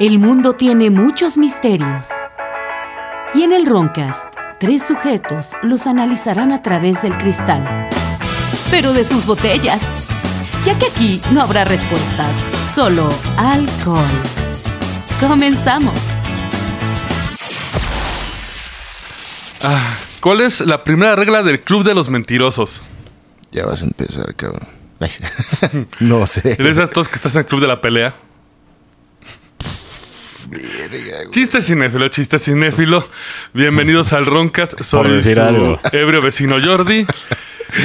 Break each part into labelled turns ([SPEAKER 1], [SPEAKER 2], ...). [SPEAKER 1] El mundo tiene muchos misterios. Y en el Roncast, tres sujetos los analizarán a través del cristal. Pero de sus botellas. Ya que aquí no habrá respuestas, solo alcohol. Comenzamos.
[SPEAKER 2] Ah, ¿Cuál es la primera regla del Club de los Mentirosos?
[SPEAKER 3] Ya vas a empezar, cabrón. Ay, no sé.
[SPEAKER 2] Eres de todos que estás en el Club de la Pelea.
[SPEAKER 3] Verga, güey.
[SPEAKER 2] Chiste cinéfilo, chiste cinéfilo. Bienvenidos al Roncast. Soy
[SPEAKER 4] decir
[SPEAKER 2] su
[SPEAKER 4] algo.
[SPEAKER 2] ebrio vecino Jordi.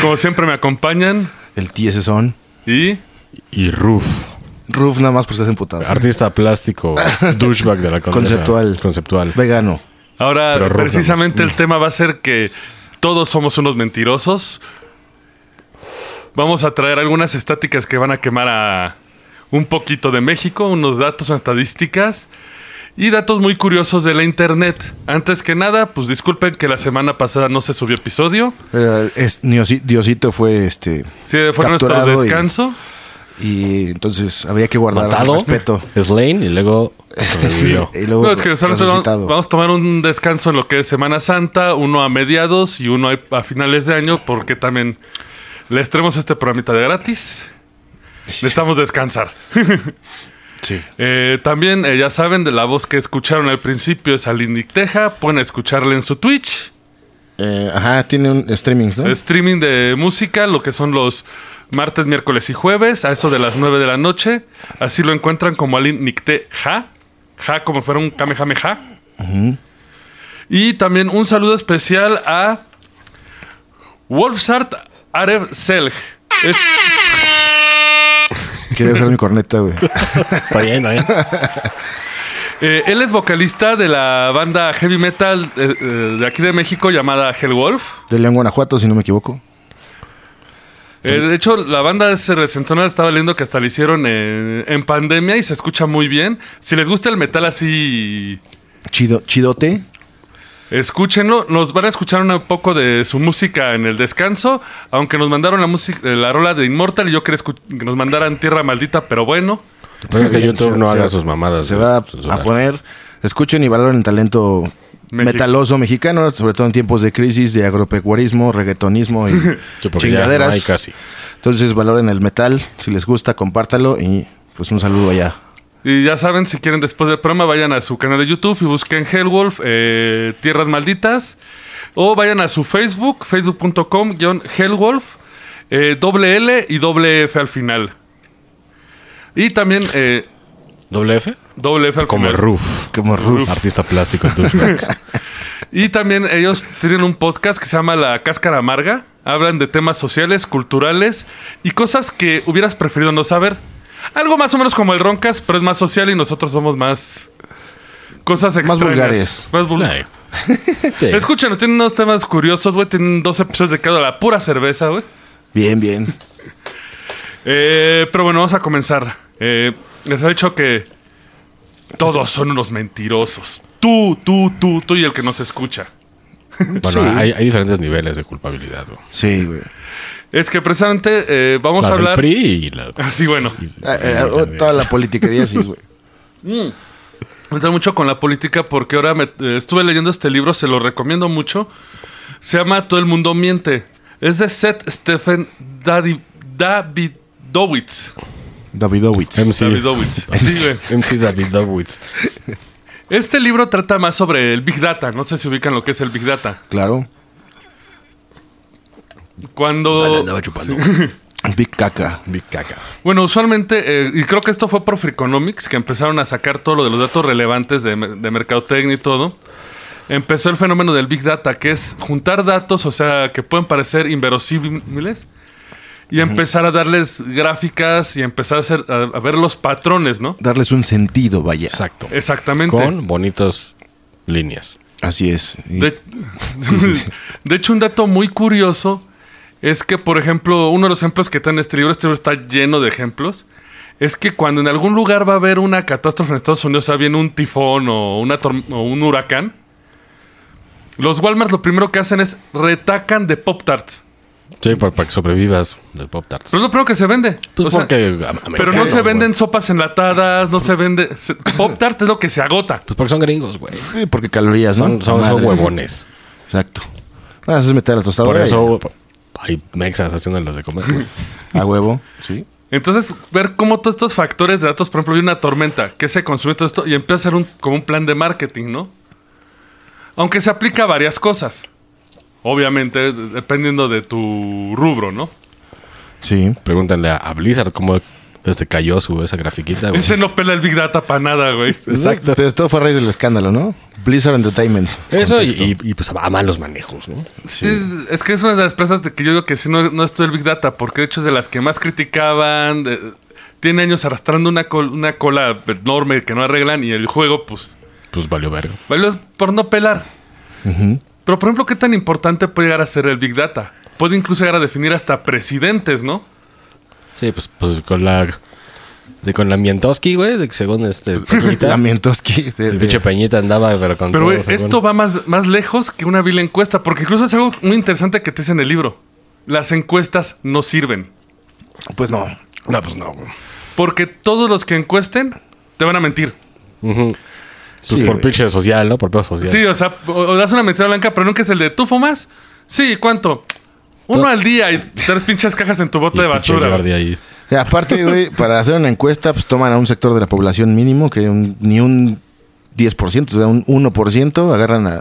[SPEAKER 2] Como siempre me acompañan
[SPEAKER 3] El TS son.
[SPEAKER 2] y
[SPEAKER 4] Y Ruf,
[SPEAKER 3] Roof nada más porque estás emputado.
[SPEAKER 4] artista plástico, douchebag de la condesa.
[SPEAKER 3] Conceptual.
[SPEAKER 4] Conceptual.
[SPEAKER 3] Vegano.
[SPEAKER 2] ahora
[SPEAKER 4] Pero Rufus,
[SPEAKER 2] precisamente
[SPEAKER 3] Mm.
[SPEAKER 2] el tema va a ser que todos somos unos mentirosos. Vamos a traer algunas estáticas que van a quemar a un poquito de México, unos datos, unas estadísticas y datos muy curiosos de la internet. Antes que nada, pues disculpen que la semana pasada no se subió episodio.
[SPEAKER 3] Pero Eh, es- Niosi- Diosito fue este.
[SPEAKER 2] Sí, fue nuestro
[SPEAKER 3] capturado y-
[SPEAKER 2] descanso.
[SPEAKER 3] Y, entonces había que guardar
[SPEAKER 4] Matado,
[SPEAKER 3] respeto.
[SPEAKER 4] Slain y luego sobrevivió.
[SPEAKER 3] Y luego
[SPEAKER 2] No, es que solamente vamos,
[SPEAKER 3] resucitado.
[SPEAKER 2] vamos a tomar un descanso en lo que es Semana Santa, uno a mediados y uno a- a finales de año, porque también les traemos este programita de gratis. Necesitamos descansar.
[SPEAKER 3] Sí.
[SPEAKER 2] Eh, también, eh, ya saben, de la voz que escucharon al principio es Alindic Teja. Pueden escucharle en su Twitch,
[SPEAKER 3] Eh, ajá, tiene un streaming, ¿no?
[SPEAKER 2] streaming de música, lo que son los martes, miércoles y jueves, a eso de las 9 de la noche. Así lo encuentran como Alindic Teja. Ja, como fuera un Kamehameha. Y también un saludo especial a Wolfsart Arev Selg. Es-
[SPEAKER 3] Quería usar mi corneta, güey.
[SPEAKER 4] Está bien, está bien.
[SPEAKER 2] eh, él es vocalista de la banda heavy metal eh, eh, de aquí de México llamada Hellwolf.
[SPEAKER 3] De León, Guanajuato, si no me equivoco.
[SPEAKER 2] Eh, de hecho, la banda se resentona, estaba leyendo que hasta la hicieron en, en pandemia y se escucha muy bien. Si les gusta el metal así,
[SPEAKER 3] Chido, chidote.
[SPEAKER 2] escúchenlo. Nos van a escuchar un poco de su música en el descanso, aunque nos mandaron la música, eh, la rola de Immortal y yo quería escu- que nos mandaran Tierra Maldita, pero bueno.
[SPEAKER 4] Espero que YouTube
[SPEAKER 3] Se-
[SPEAKER 4] no
[SPEAKER 3] se-
[SPEAKER 4] haga sus mamadas.
[SPEAKER 3] Se
[SPEAKER 4] de
[SPEAKER 3] va a,
[SPEAKER 4] censurar.
[SPEAKER 3] poner. Escuchen y valoren el talento
[SPEAKER 2] Mexi-
[SPEAKER 3] metaloso mexicano, sobre todo en tiempos de crisis, de agropecuarismo, reggaetonismo y
[SPEAKER 4] Sí, porque ya
[SPEAKER 3] chingaderas.
[SPEAKER 4] no hay casi.
[SPEAKER 3] Entonces valoren el metal, si les gusta, compártalo y pues un saludo allá.
[SPEAKER 2] Y ya saben, si quieren después del programa, vayan a su canal de YouTube y busquen Hellwolf, eh, Tierras Malditas. O vayan a su Facebook, facebook.com, guión Hellwolf, eh, doble L y doble F al final. Y también eh,
[SPEAKER 4] ¿Doble F?
[SPEAKER 2] doble F al
[SPEAKER 4] Como
[SPEAKER 2] final.
[SPEAKER 4] Ruf.
[SPEAKER 3] Como Ruf.
[SPEAKER 4] Artista plástico, douchebag.
[SPEAKER 2] Y también ellos tienen un podcast que se llama La Cáscara Amarga. Hablan de temas sociales, culturales y cosas que hubieras preferido no saber. Algo más o menos como el Roncas, pero es más social y nosotros somos más... Cosas extrañas.
[SPEAKER 3] vulgares.
[SPEAKER 2] Más vul-
[SPEAKER 4] Ay. E. Sí.
[SPEAKER 2] Escúchanos, tienen unos temas curiosos, güey. Tienen dos episodios de cada la pura cerveza, güey.
[SPEAKER 3] Bien, bien.
[SPEAKER 2] Eh, pero bueno, vamos a comenzar. Eh, les he dicho que todos son unos mentirosos. Tú, tú, tú, tú y el que nos escucha.
[SPEAKER 4] Bueno, hay, hay diferentes niveles de culpabilidad. güey.
[SPEAKER 3] Sí, güey.
[SPEAKER 2] Es que precisamente eh, vamos
[SPEAKER 4] La
[SPEAKER 2] a
[SPEAKER 4] del
[SPEAKER 2] hablar...
[SPEAKER 4] PRI y la...
[SPEAKER 2] Así bueno.
[SPEAKER 3] Ah, eh, oh, toda la politiquería, sí, güey.
[SPEAKER 2] Me entra mucho con la política porque ahora me- eh, estuve leyendo este libro, se lo recomiendo mucho. Se llama Todo el mundo miente. Es de Seth Stephen Dadi- Davidowitz.
[SPEAKER 3] Davidowitz.
[SPEAKER 4] MC.
[SPEAKER 2] Davidowitz. Sí, güey.
[SPEAKER 4] MC Davidowitz.
[SPEAKER 2] Este libro trata más sobre el Big Data. No sé si ubican lo que es el Big Data.
[SPEAKER 3] Claro.
[SPEAKER 2] Cuando.
[SPEAKER 4] chupando.
[SPEAKER 3] Big Caca.
[SPEAKER 4] Mi caca.
[SPEAKER 2] Bueno, usualmente, eh, y creo que esto fue por Freakonomics, que empezaron a sacar todo lo de los datos relevantes de, mer- de mercadotecnia y todo. Empezó el fenómeno del Big Data, que es juntar datos, o sea, que pueden parecer inverosímiles, y empezar a darles gráficas y empezar a, hacer, a- a ver los patrones, ¿no?
[SPEAKER 3] Darles un sentido, vaya.
[SPEAKER 4] Exacto.
[SPEAKER 2] Exactamente.
[SPEAKER 4] Con bonitas líneas.
[SPEAKER 3] Así es. Y-
[SPEAKER 2] De, De hecho, un dato muy curioso es que, por ejemplo, uno de los ejemplos que está en este libro, este libro está lleno de ejemplos, es que cuando en algún lugar va a haber una catástrofe en Estados Unidos, o sea, viene un tifón o, una tor- o un huracán, los Walmart lo primero que hacen es retacan de Pop Tarts.
[SPEAKER 4] Sí, para, para que sobrevivas del Pop Tarts.
[SPEAKER 2] Pero es lo primero que se vende.
[SPEAKER 4] Pues
[SPEAKER 2] O sea,
[SPEAKER 4] porque, ah, americanos,
[SPEAKER 2] pero no se
[SPEAKER 4] güey.
[SPEAKER 2] venden sopas enlatadas, no se vende. se- Pop Tart es lo que se agota.
[SPEAKER 4] Pues porque son gringos, güey.
[SPEAKER 3] Sí, porque calorías, ¿no?
[SPEAKER 4] Son, son, son
[SPEAKER 3] Madres.
[SPEAKER 4] huevones.
[SPEAKER 3] Exacto. Nada, eso es meter a la
[SPEAKER 4] Por
[SPEAKER 3] tostadora. y
[SPEAKER 4] eso hay mexas haciéndolos de comer, güey.
[SPEAKER 3] A huevo, sí.
[SPEAKER 2] Entonces, ver cómo todos estos factores de datos, por ejemplo, hay una tormenta, que se consume todo esto, y empieza a hacer un, como un plan de marketing, ¿no? Aunque se aplica a varias cosas. Obviamente, de- dependiendo de tu rubro, ¿no?
[SPEAKER 3] Sí.
[SPEAKER 4] Pregúntale a, a Blizzard cómo este cayó su esa grafiquita, güey.
[SPEAKER 2] Ese no pela el Big Data para nada, güey.
[SPEAKER 4] Exacto.
[SPEAKER 3] Pero todo fue a raíz del escándalo, ¿no? Blizzard Entertainment.
[SPEAKER 4] Eso y,
[SPEAKER 3] Contexto.
[SPEAKER 4] y, y, pues a malos manejos, ¿no?
[SPEAKER 2] Sí, Es que es una de las empresas de que yo digo que sí no, no es todo el Big Data, porque de hecho es de las que más criticaban. de- tiene años arrastrando una, col- una cola enorme que no arreglan y el juego, pues,
[SPEAKER 4] Pues valió verga.
[SPEAKER 2] valió por no pelar. Pero, por ejemplo, ¿qué tan importante puede llegar a ser el Big Data? Puede incluso llegar a definir hasta presidentes, ¿no?
[SPEAKER 4] Sí, pues, pues con la. De con la Mientoski, güey, de que según este Peñita.
[SPEAKER 3] Lamentos que... de-
[SPEAKER 4] el
[SPEAKER 3] de-
[SPEAKER 4] pinche Peñita andaba, pero con
[SPEAKER 2] Pero
[SPEAKER 4] todo,
[SPEAKER 2] güey,
[SPEAKER 4] según.
[SPEAKER 2] esto va más, más lejos que una vil encuesta, porque incluso es algo muy interesante que te dice en el libro. Las encuestas no sirven,
[SPEAKER 3] Pues no.
[SPEAKER 4] No, pues no, güey.
[SPEAKER 2] porque todos los que encuesten te van a mentir.
[SPEAKER 4] Pues por
[SPEAKER 3] güey.
[SPEAKER 4] pinche social, ¿no? Por pedo social.
[SPEAKER 2] Sí, o sea, o, o das una mentira blanca, pero nunca es el de ¿tú fumas? Sí, ¿cuánto? Uno al día y tres pinches cajas en tu
[SPEAKER 4] Y
[SPEAKER 2] bote
[SPEAKER 4] el
[SPEAKER 2] de
[SPEAKER 4] pinche
[SPEAKER 2] basura.
[SPEAKER 4] Jordi ahí.
[SPEAKER 3] Y aparte, güey, para hacer una encuesta, pues toman a un sector de la población mínimo, que un- ni un 10%, o sea, un 1%, agarran a...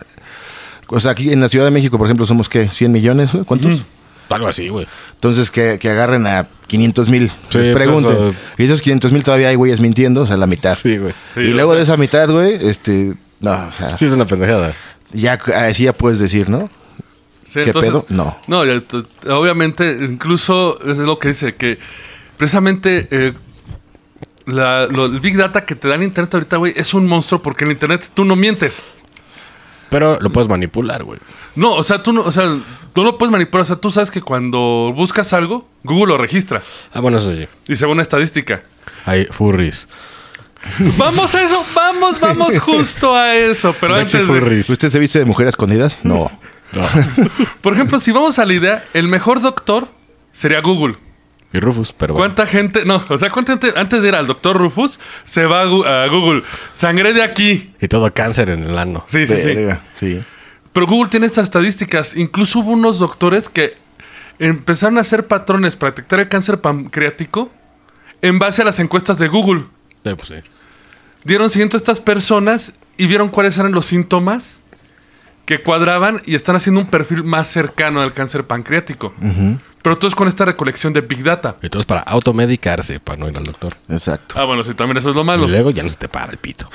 [SPEAKER 3] O sea, aquí en la Ciudad de México, por ejemplo, somos, ¿qué? ¿100 millones? güey? ¿Cuántos?
[SPEAKER 4] Algo así, güey.
[SPEAKER 3] Entonces, que, que agarren a 500 mil.
[SPEAKER 4] Sí,
[SPEAKER 3] les
[SPEAKER 4] pues,
[SPEAKER 3] pregunten.
[SPEAKER 4] o-
[SPEAKER 3] Y esos 500 mil todavía hay güeyes mintiendo, o sea, la mitad.
[SPEAKER 4] güey.
[SPEAKER 2] Sí,
[SPEAKER 3] y
[SPEAKER 2] o
[SPEAKER 3] luego
[SPEAKER 2] sea.
[SPEAKER 3] de esa mitad, güey, este... No, o sea,
[SPEAKER 4] Sí, es una pendejada.
[SPEAKER 3] ya así ya puedes decir, ¿no?
[SPEAKER 2] Sí,
[SPEAKER 3] ¿Qué pedo? No.
[SPEAKER 2] No, ya, t- obviamente, incluso es lo que dice, que precisamente eh, la- lo- el Big Data que te da el Internet ahorita, güey, es un monstruo porque en Internet tú no mientes.
[SPEAKER 4] Pero lo puedes manipular, güey.
[SPEAKER 2] No, o sea, tú no, o sea, tú no puedes manipular. O sea, tú sabes que cuando buscas algo, Google lo registra
[SPEAKER 4] Ah, bueno, eso sí.
[SPEAKER 2] y según una estadística.
[SPEAKER 4] Hay furries.
[SPEAKER 2] Vamos a eso, vamos, vamos justo a eso. Pero
[SPEAKER 4] Sexy
[SPEAKER 2] antes de-
[SPEAKER 4] furries.
[SPEAKER 3] ¿Usted se viste de mujer a escondidas? No.
[SPEAKER 4] No.
[SPEAKER 2] Por ejemplo, si vamos a la idea, el mejor doctor sería Google.
[SPEAKER 4] Y Rufus, pero bueno.
[SPEAKER 2] ¿Cuánta gente? No, o sea, ¿cuánta gente antes de ir al doctor Rufus se va a, Gu- a Google? Sangré de aquí.
[SPEAKER 4] Y todo cáncer en el ano.
[SPEAKER 2] Sí, sí, sí.
[SPEAKER 3] Verga, sí.
[SPEAKER 2] Pero Google tiene estas estadísticas. Incluso hubo unos doctores que empezaron a hacer patrones para detectar el cáncer pancreático en base a las encuestas de Google.
[SPEAKER 4] Sí, pues sí.
[SPEAKER 2] Dieron seguimiento a estas personas y vieron cuáles eran los síntomas que cuadraban y están haciendo un perfil más cercano al cáncer pancreático. Pero todo es con esta recolección de Big Data.
[SPEAKER 4] Y todo es para automedicarse, para no ir al doctor.
[SPEAKER 3] Exacto.
[SPEAKER 2] Ah, bueno, sí, también eso es lo malo.
[SPEAKER 4] Y luego ya no se te para el pito.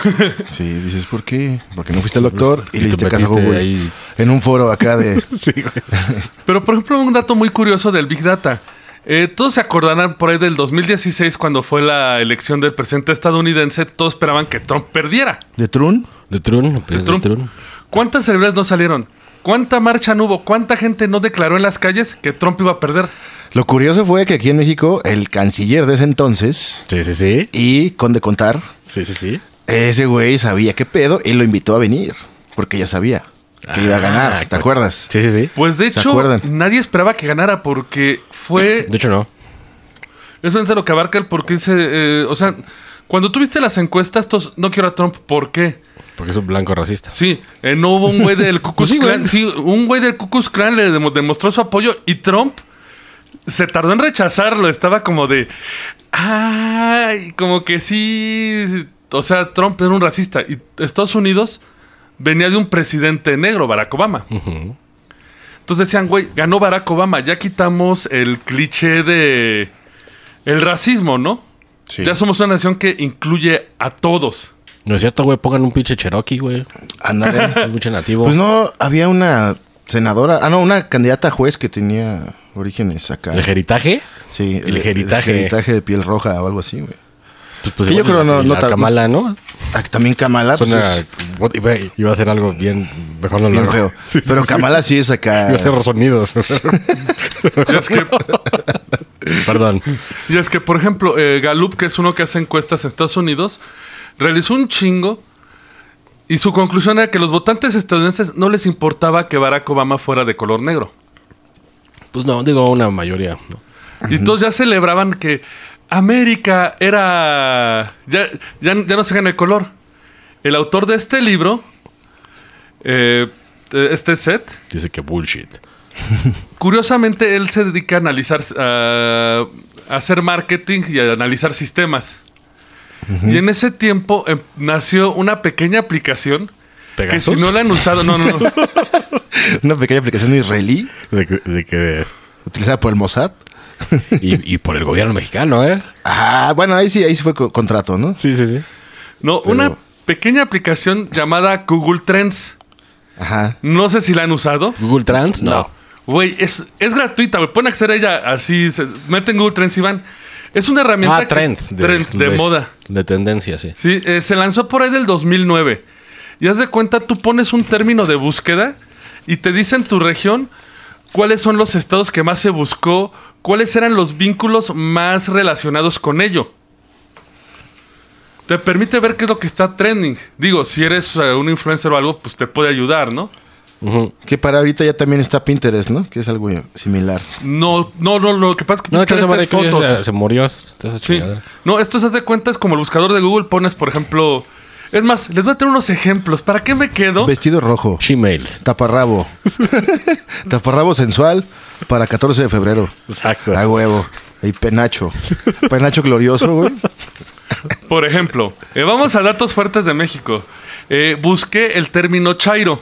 [SPEAKER 3] Sí, dices, ¿por qué? Porque no fuiste al doctor y,
[SPEAKER 4] Y
[SPEAKER 3] le
[SPEAKER 4] te
[SPEAKER 3] diste caso a
[SPEAKER 4] metiste
[SPEAKER 3] Google.
[SPEAKER 4] ahí.
[SPEAKER 3] En un foro acá de.
[SPEAKER 4] sí, güey.
[SPEAKER 2] Pero, por ejemplo, un dato muy curioso del Big Data. Eh, todos se acordarán por ahí del 2016, cuando fue la elección del presidente estadounidense, todos esperaban que Trump perdiera.
[SPEAKER 3] ¿De Trun?
[SPEAKER 4] De Trun, pues, de
[SPEAKER 2] Trump.
[SPEAKER 4] Trun.
[SPEAKER 2] ¿Cuántas celebridades no salieron? ¿Cuánta marcha no hubo? ¿Cuánta gente no declaró en las calles que Trump iba a perder?
[SPEAKER 3] Lo curioso fue que aquí en México, el canciller de ese entonces
[SPEAKER 4] Sí, sí, sí.
[SPEAKER 3] y Conde Contar,
[SPEAKER 4] Sí, sí, sí.
[SPEAKER 3] ese güey sabía qué pedo y lo invitó a venir. Porque ya sabía que iba a
[SPEAKER 4] Ah,
[SPEAKER 3] ganar. ¿Te
[SPEAKER 4] exacto.
[SPEAKER 3] acuerdas?
[SPEAKER 4] Sí, sí, sí.
[SPEAKER 2] Pues de
[SPEAKER 3] ¿Se
[SPEAKER 2] hecho,
[SPEAKER 3] acuerdan?
[SPEAKER 2] nadie esperaba que ganara porque fue.
[SPEAKER 4] De hecho, no.
[SPEAKER 2] Eso es lo que abarca el por qué se. eh, o sea, cuando tuviste las encuestas, todos, no quiero a Trump, ¿por qué?
[SPEAKER 4] Porque es un blanco racista.
[SPEAKER 2] Sí, eh, no hubo un güey del Ku Klux
[SPEAKER 4] Pues sí, güey.
[SPEAKER 2] Klan. Sí, un güey del Ku Klux Klan le demo- demostró su apoyo y Trump se tardó en rechazarlo. Estaba como de. Ay, como que sí. O sea, Trump era un racista. Y Estados Unidos venía de un presidente negro, Barack Obama. Entonces decían, güey, ganó Barack Obama. Ya quitamos el cliché de. El racismo, ¿no?
[SPEAKER 3] Sí.
[SPEAKER 2] Ya somos una nación que incluye a todos.
[SPEAKER 4] No es cierto, güey. Pongan un pinche Cherokee, güey.
[SPEAKER 3] Ándale.
[SPEAKER 4] Un pinche nativo.
[SPEAKER 3] Pues no, había una senadora, ah, no, una candidata a juez que tenía orígenes acá.
[SPEAKER 4] ¿El jeritaje?
[SPEAKER 3] Sí,
[SPEAKER 4] El jeritaje.
[SPEAKER 3] El jeritaje de piel roja o algo así, güey.
[SPEAKER 4] Pues, pues
[SPEAKER 3] Que yo
[SPEAKER 4] igual
[SPEAKER 3] creo
[SPEAKER 4] y-
[SPEAKER 3] no-
[SPEAKER 4] y
[SPEAKER 3] no
[SPEAKER 4] la
[SPEAKER 3] tan-
[SPEAKER 4] Kamala, ¿no?
[SPEAKER 3] Ah, También Kamala, pues,
[SPEAKER 4] Suena.
[SPEAKER 3] es
[SPEAKER 4] what- Iba, iba a hacer algo bien. Mejor no lo
[SPEAKER 3] bien
[SPEAKER 4] hago.
[SPEAKER 3] feo.
[SPEAKER 4] Sí, sí,
[SPEAKER 3] Pero
[SPEAKER 4] sí.
[SPEAKER 3] Kamala sí es acá.
[SPEAKER 4] Iba a hacer sonidos.
[SPEAKER 2] Es que
[SPEAKER 4] Perdón.
[SPEAKER 2] Y es que, por ejemplo, eh, Gallup, que es uno que hace encuestas en Estados Unidos, realizó un chingo y su conclusión era que los votantes estadounidenses no les importaba que Barack Obama fuera de color negro.
[SPEAKER 4] Pues no, digo una mayoría. ¿no?
[SPEAKER 2] Y todos ya celebraban que América era. Ya, ya, ya no se gana el color. El autor de este libro, eh, este set,
[SPEAKER 4] Dice que bullshit.
[SPEAKER 2] curiosamente él se dedica a analizar, a, a hacer marketing y a analizar sistemas. Y en ese tiempo em, nació una pequeña aplicación
[SPEAKER 4] ¿Pegasus?
[SPEAKER 2] que si no la han usado, no, no, no.
[SPEAKER 3] Una pequeña aplicación israelí
[SPEAKER 4] De que, de que-
[SPEAKER 3] utilizada por el Mossad.
[SPEAKER 4] y, y por el gobierno mexicano, ¿eh?
[SPEAKER 3] Ah, bueno, ahí sí, ahí sí fue co- contrato, ¿no?
[SPEAKER 4] Sí, sí, sí.
[SPEAKER 2] No, una pequeña aplicación llamada Google Trends.
[SPEAKER 3] Ajá.
[SPEAKER 2] No sé si la han usado.
[SPEAKER 4] Google Trans, no.
[SPEAKER 2] Güey, es, es gratuita, güey. Pueden acceder a ella así. se- meten Google Trends y van. Es una herramienta.
[SPEAKER 4] Ah,
[SPEAKER 2] que-
[SPEAKER 4] trend.
[SPEAKER 2] Trend de, moda.
[SPEAKER 4] De tendencia, sí.
[SPEAKER 2] Sí, eh, se lanzó por ahí del 2009. Y haz de cuenta, tú pones un término de búsqueda y te dice en tu región cuáles son los estados que más se buscó, cuáles eran los vínculos más relacionados con ello. Te permite ver qué es lo que está trending. Digo, si eres eh, un influencer o algo, pues te puede ayudar, ¿no?
[SPEAKER 4] Ujú.
[SPEAKER 3] Que para ahorita ya también está Pinterest, ¿no? Que es algo similar.
[SPEAKER 2] No, no, no, lo que pasa es que
[SPEAKER 4] No,
[SPEAKER 2] tú tienes
[SPEAKER 4] Trans
[SPEAKER 2] tres fotos.
[SPEAKER 4] se, se murió. esta esa
[SPEAKER 2] Sí.
[SPEAKER 4] chingadera.
[SPEAKER 2] No, esto se hace cuenta es como el buscador de Google, pones, por ejemplo. Es más, les voy a tener unos ejemplos. ¿Para qué me quedo?
[SPEAKER 3] Vestido rojo,
[SPEAKER 4] Gmails.
[SPEAKER 3] taparrabo. taparrabo sensual para 14 de febrero.
[SPEAKER 4] Exacto.
[SPEAKER 3] A huevo. Y penacho. Penacho glorioso, güey.
[SPEAKER 2] Por ejemplo, eh, vamos a datos fuertes de México. Eh, busqué el término chairo.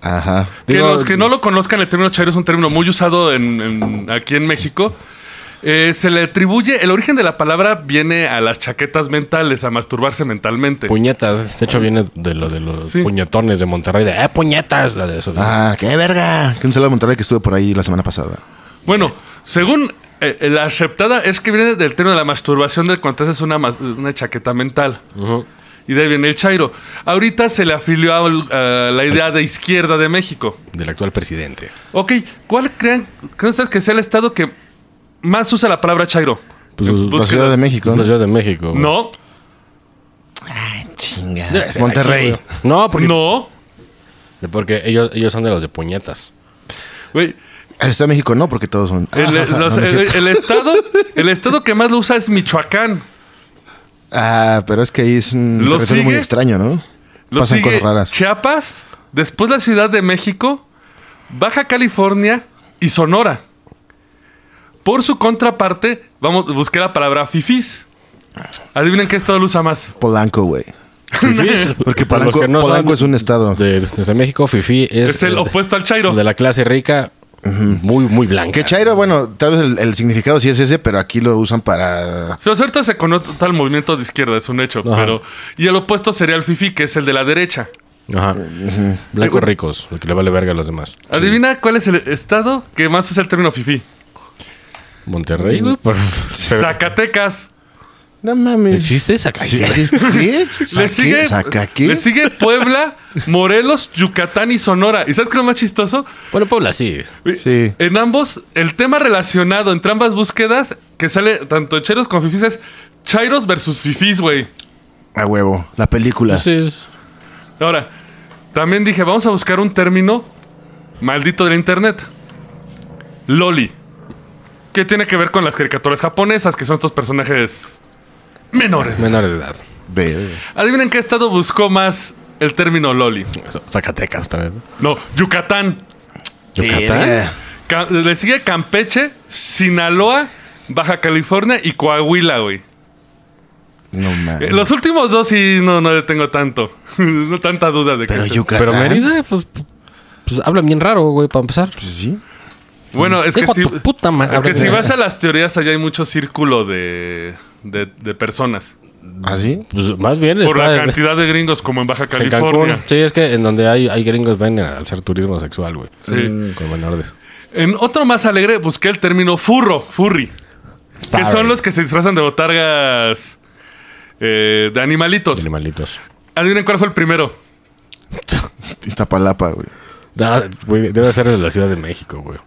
[SPEAKER 3] Ajá.
[SPEAKER 2] Que
[SPEAKER 4] Digo,
[SPEAKER 2] los que no lo conozcan, el término chairo es un término muy usado en- en- aquí en México. Eh, se le atribuye, el origen de la palabra viene a las chaquetas mentales, a masturbarse mentalmente.
[SPEAKER 4] Puñetas. De hecho, viene de lo de los
[SPEAKER 2] Sí.
[SPEAKER 4] puñetones de Monterrey. De, ¡eh, puñetas! La de eso.
[SPEAKER 3] Ah, qué verga. Que un saludo a Monterrey que estuve por ahí la semana pasada.
[SPEAKER 2] Bueno, según eh, la aceptada es que viene del término de la masturbación de cuando te haces una, mas- una chaqueta mental. Y de ahí viene el Chairo. Ahorita se le afilió a, a la idea de izquierda de México.
[SPEAKER 4] Del actual presidente.
[SPEAKER 2] Ok, ¿cuál creen, creen ustedes que sea el estado que más usa la palabra Chairo?
[SPEAKER 4] Pues,
[SPEAKER 2] En
[SPEAKER 3] La
[SPEAKER 4] pues,
[SPEAKER 2] búsqueda.
[SPEAKER 3] Ciudad de México. Ah,
[SPEAKER 4] La Ciudad de México. güey.
[SPEAKER 2] No,
[SPEAKER 3] Chinga.
[SPEAKER 4] Debe ser
[SPEAKER 3] Monterrey.
[SPEAKER 4] aquí, güey. no, porque,
[SPEAKER 2] no.
[SPEAKER 4] porque ellos, ellos son de los de puñetas.
[SPEAKER 2] Güey,
[SPEAKER 3] Ah, Está México, no, porque todos son.
[SPEAKER 2] el,
[SPEAKER 3] Ah, no,
[SPEAKER 2] Eh, los- eh,
[SPEAKER 3] no es
[SPEAKER 2] el-
[SPEAKER 3] cierto.
[SPEAKER 2] el estado, el estado que más lo usa es Michoacán.
[SPEAKER 3] Ah, pero es que ahí es un
[SPEAKER 2] eh. ¿Lo
[SPEAKER 3] territorio muy
[SPEAKER 2] sigue?
[SPEAKER 3] extraño, ¿no?
[SPEAKER 2] Lo
[SPEAKER 3] Pasan
[SPEAKER 2] sigue
[SPEAKER 3] cosas raras.
[SPEAKER 2] Chiapas, después la Ciudad de México, Baja California y Sonora. Por su contraparte, vamos, busqué la palabra fifis. Adivinen qué estado lo usa más.
[SPEAKER 3] Polanco, güey. Porque
[SPEAKER 4] Para
[SPEAKER 3] Polanco,
[SPEAKER 4] los que no
[SPEAKER 3] Polanco
[SPEAKER 4] saben
[SPEAKER 3] es un estado.
[SPEAKER 4] De, desde México, Fifi es,
[SPEAKER 2] Es
[SPEAKER 3] Este,
[SPEAKER 2] el
[SPEAKER 4] de-
[SPEAKER 2] opuesto al chairo.
[SPEAKER 4] De la clase rica, muy, muy blanca.
[SPEAKER 3] Que Chairo, bueno, tal vez el, el significado sí es ese, pero aquí lo usan para.
[SPEAKER 2] O sea, ahorita se conoce tal movimiento de izquierda, es un hecho,
[SPEAKER 4] Ajá.
[SPEAKER 2] pero... Y el opuesto sería el fifi, que es el de la derecha.
[SPEAKER 4] Ajá. Blancos ricos, lo que le vale verga a los demás.
[SPEAKER 2] Adivina cuál es el estado que más usa el término fifi.
[SPEAKER 4] Monterrey, güey. por-
[SPEAKER 2] Zacatecas.
[SPEAKER 3] No mames.
[SPEAKER 4] ¿Existe esa
[SPEAKER 3] Ay, sí, sí, sí.
[SPEAKER 2] Le
[SPEAKER 3] ¿Saqué?
[SPEAKER 2] sigue,
[SPEAKER 3] ¿Saca qué?
[SPEAKER 2] le sigue Puebla, Morelos, Yucatán y Sonora. ¿Y sabes qué es lo más chistoso?
[SPEAKER 4] Bueno, Puebla sí.
[SPEAKER 3] Sí.
[SPEAKER 2] En ambos, el tema relacionado entre ambas búsquedas que sale tanto en Chairos como Fifis es Chairos versus Fifis, güey.
[SPEAKER 3] A huevo. La película.
[SPEAKER 4] Entonces,
[SPEAKER 2] Ahora, también dije, vamos a buscar un término maldito del internet. Loli. Que tiene que ver con las caricaturas japonesas, que son estos personajes menores.
[SPEAKER 4] menor de edad.
[SPEAKER 3] Ve.
[SPEAKER 2] Adivinen qué estado buscó más el término Loli.
[SPEAKER 4] Zacatecas también.
[SPEAKER 2] No, Yucatán.
[SPEAKER 4] Yucatán.
[SPEAKER 3] Verga.
[SPEAKER 2] Ca- Le sigue Campeche, Sinaloa, Baja California y Coahuila, güey.
[SPEAKER 3] No
[SPEAKER 2] Eh,
[SPEAKER 3] mames.
[SPEAKER 2] Los últimos dos sí no, no le tengo tanto. no tanta duda de que.
[SPEAKER 3] Pero
[SPEAKER 2] se-
[SPEAKER 3] Yucatán.
[SPEAKER 4] Pero Mérida, pues, pues hablan bien raro, güey, para empezar.
[SPEAKER 3] Pues sí.
[SPEAKER 2] Bueno, es que,
[SPEAKER 4] Hijo
[SPEAKER 2] si,
[SPEAKER 4] tu puta madre.
[SPEAKER 2] es que si vas a las teorías, allá hay mucho círculo de, de, de personas.
[SPEAKER 3] Así.
[SPEAKER 4] Pues más bien
[SPEAKER 2] Por
[SPEAKER 4] está
[SPEAKER 2] la
[SPEAKER 4] en-
[SPEAKER 2] cantidad de gringos, como en Baja
[SPEAKER 4] en Cancún.
[SPEAKER 2] California.
[SPEAKER 4] Sí, es que en donde hay, hay gringos van a hacer turismo sexual, güey.
[SPEAKER 2] Sí.
[SPEAKER 3] Mm.
[SPEAKER 4] Con menores.
[SPEAKER 2] En otro más alegre, busqué el término furro, furry. Que son
[SPEAKER 4] Furry.
[SPEAKER 2] los que se disfrazan de botargas eh, de animalitos.
[SPEAKER 4] Animalitos.
[SPEAKER 2] Adivinen cuál fue el primero.
[SPEAKER 3] Iztapalapa, güey.
[SPEAKER 4] Da- Ah, güey, debe ser de la Ciudad de México, güey.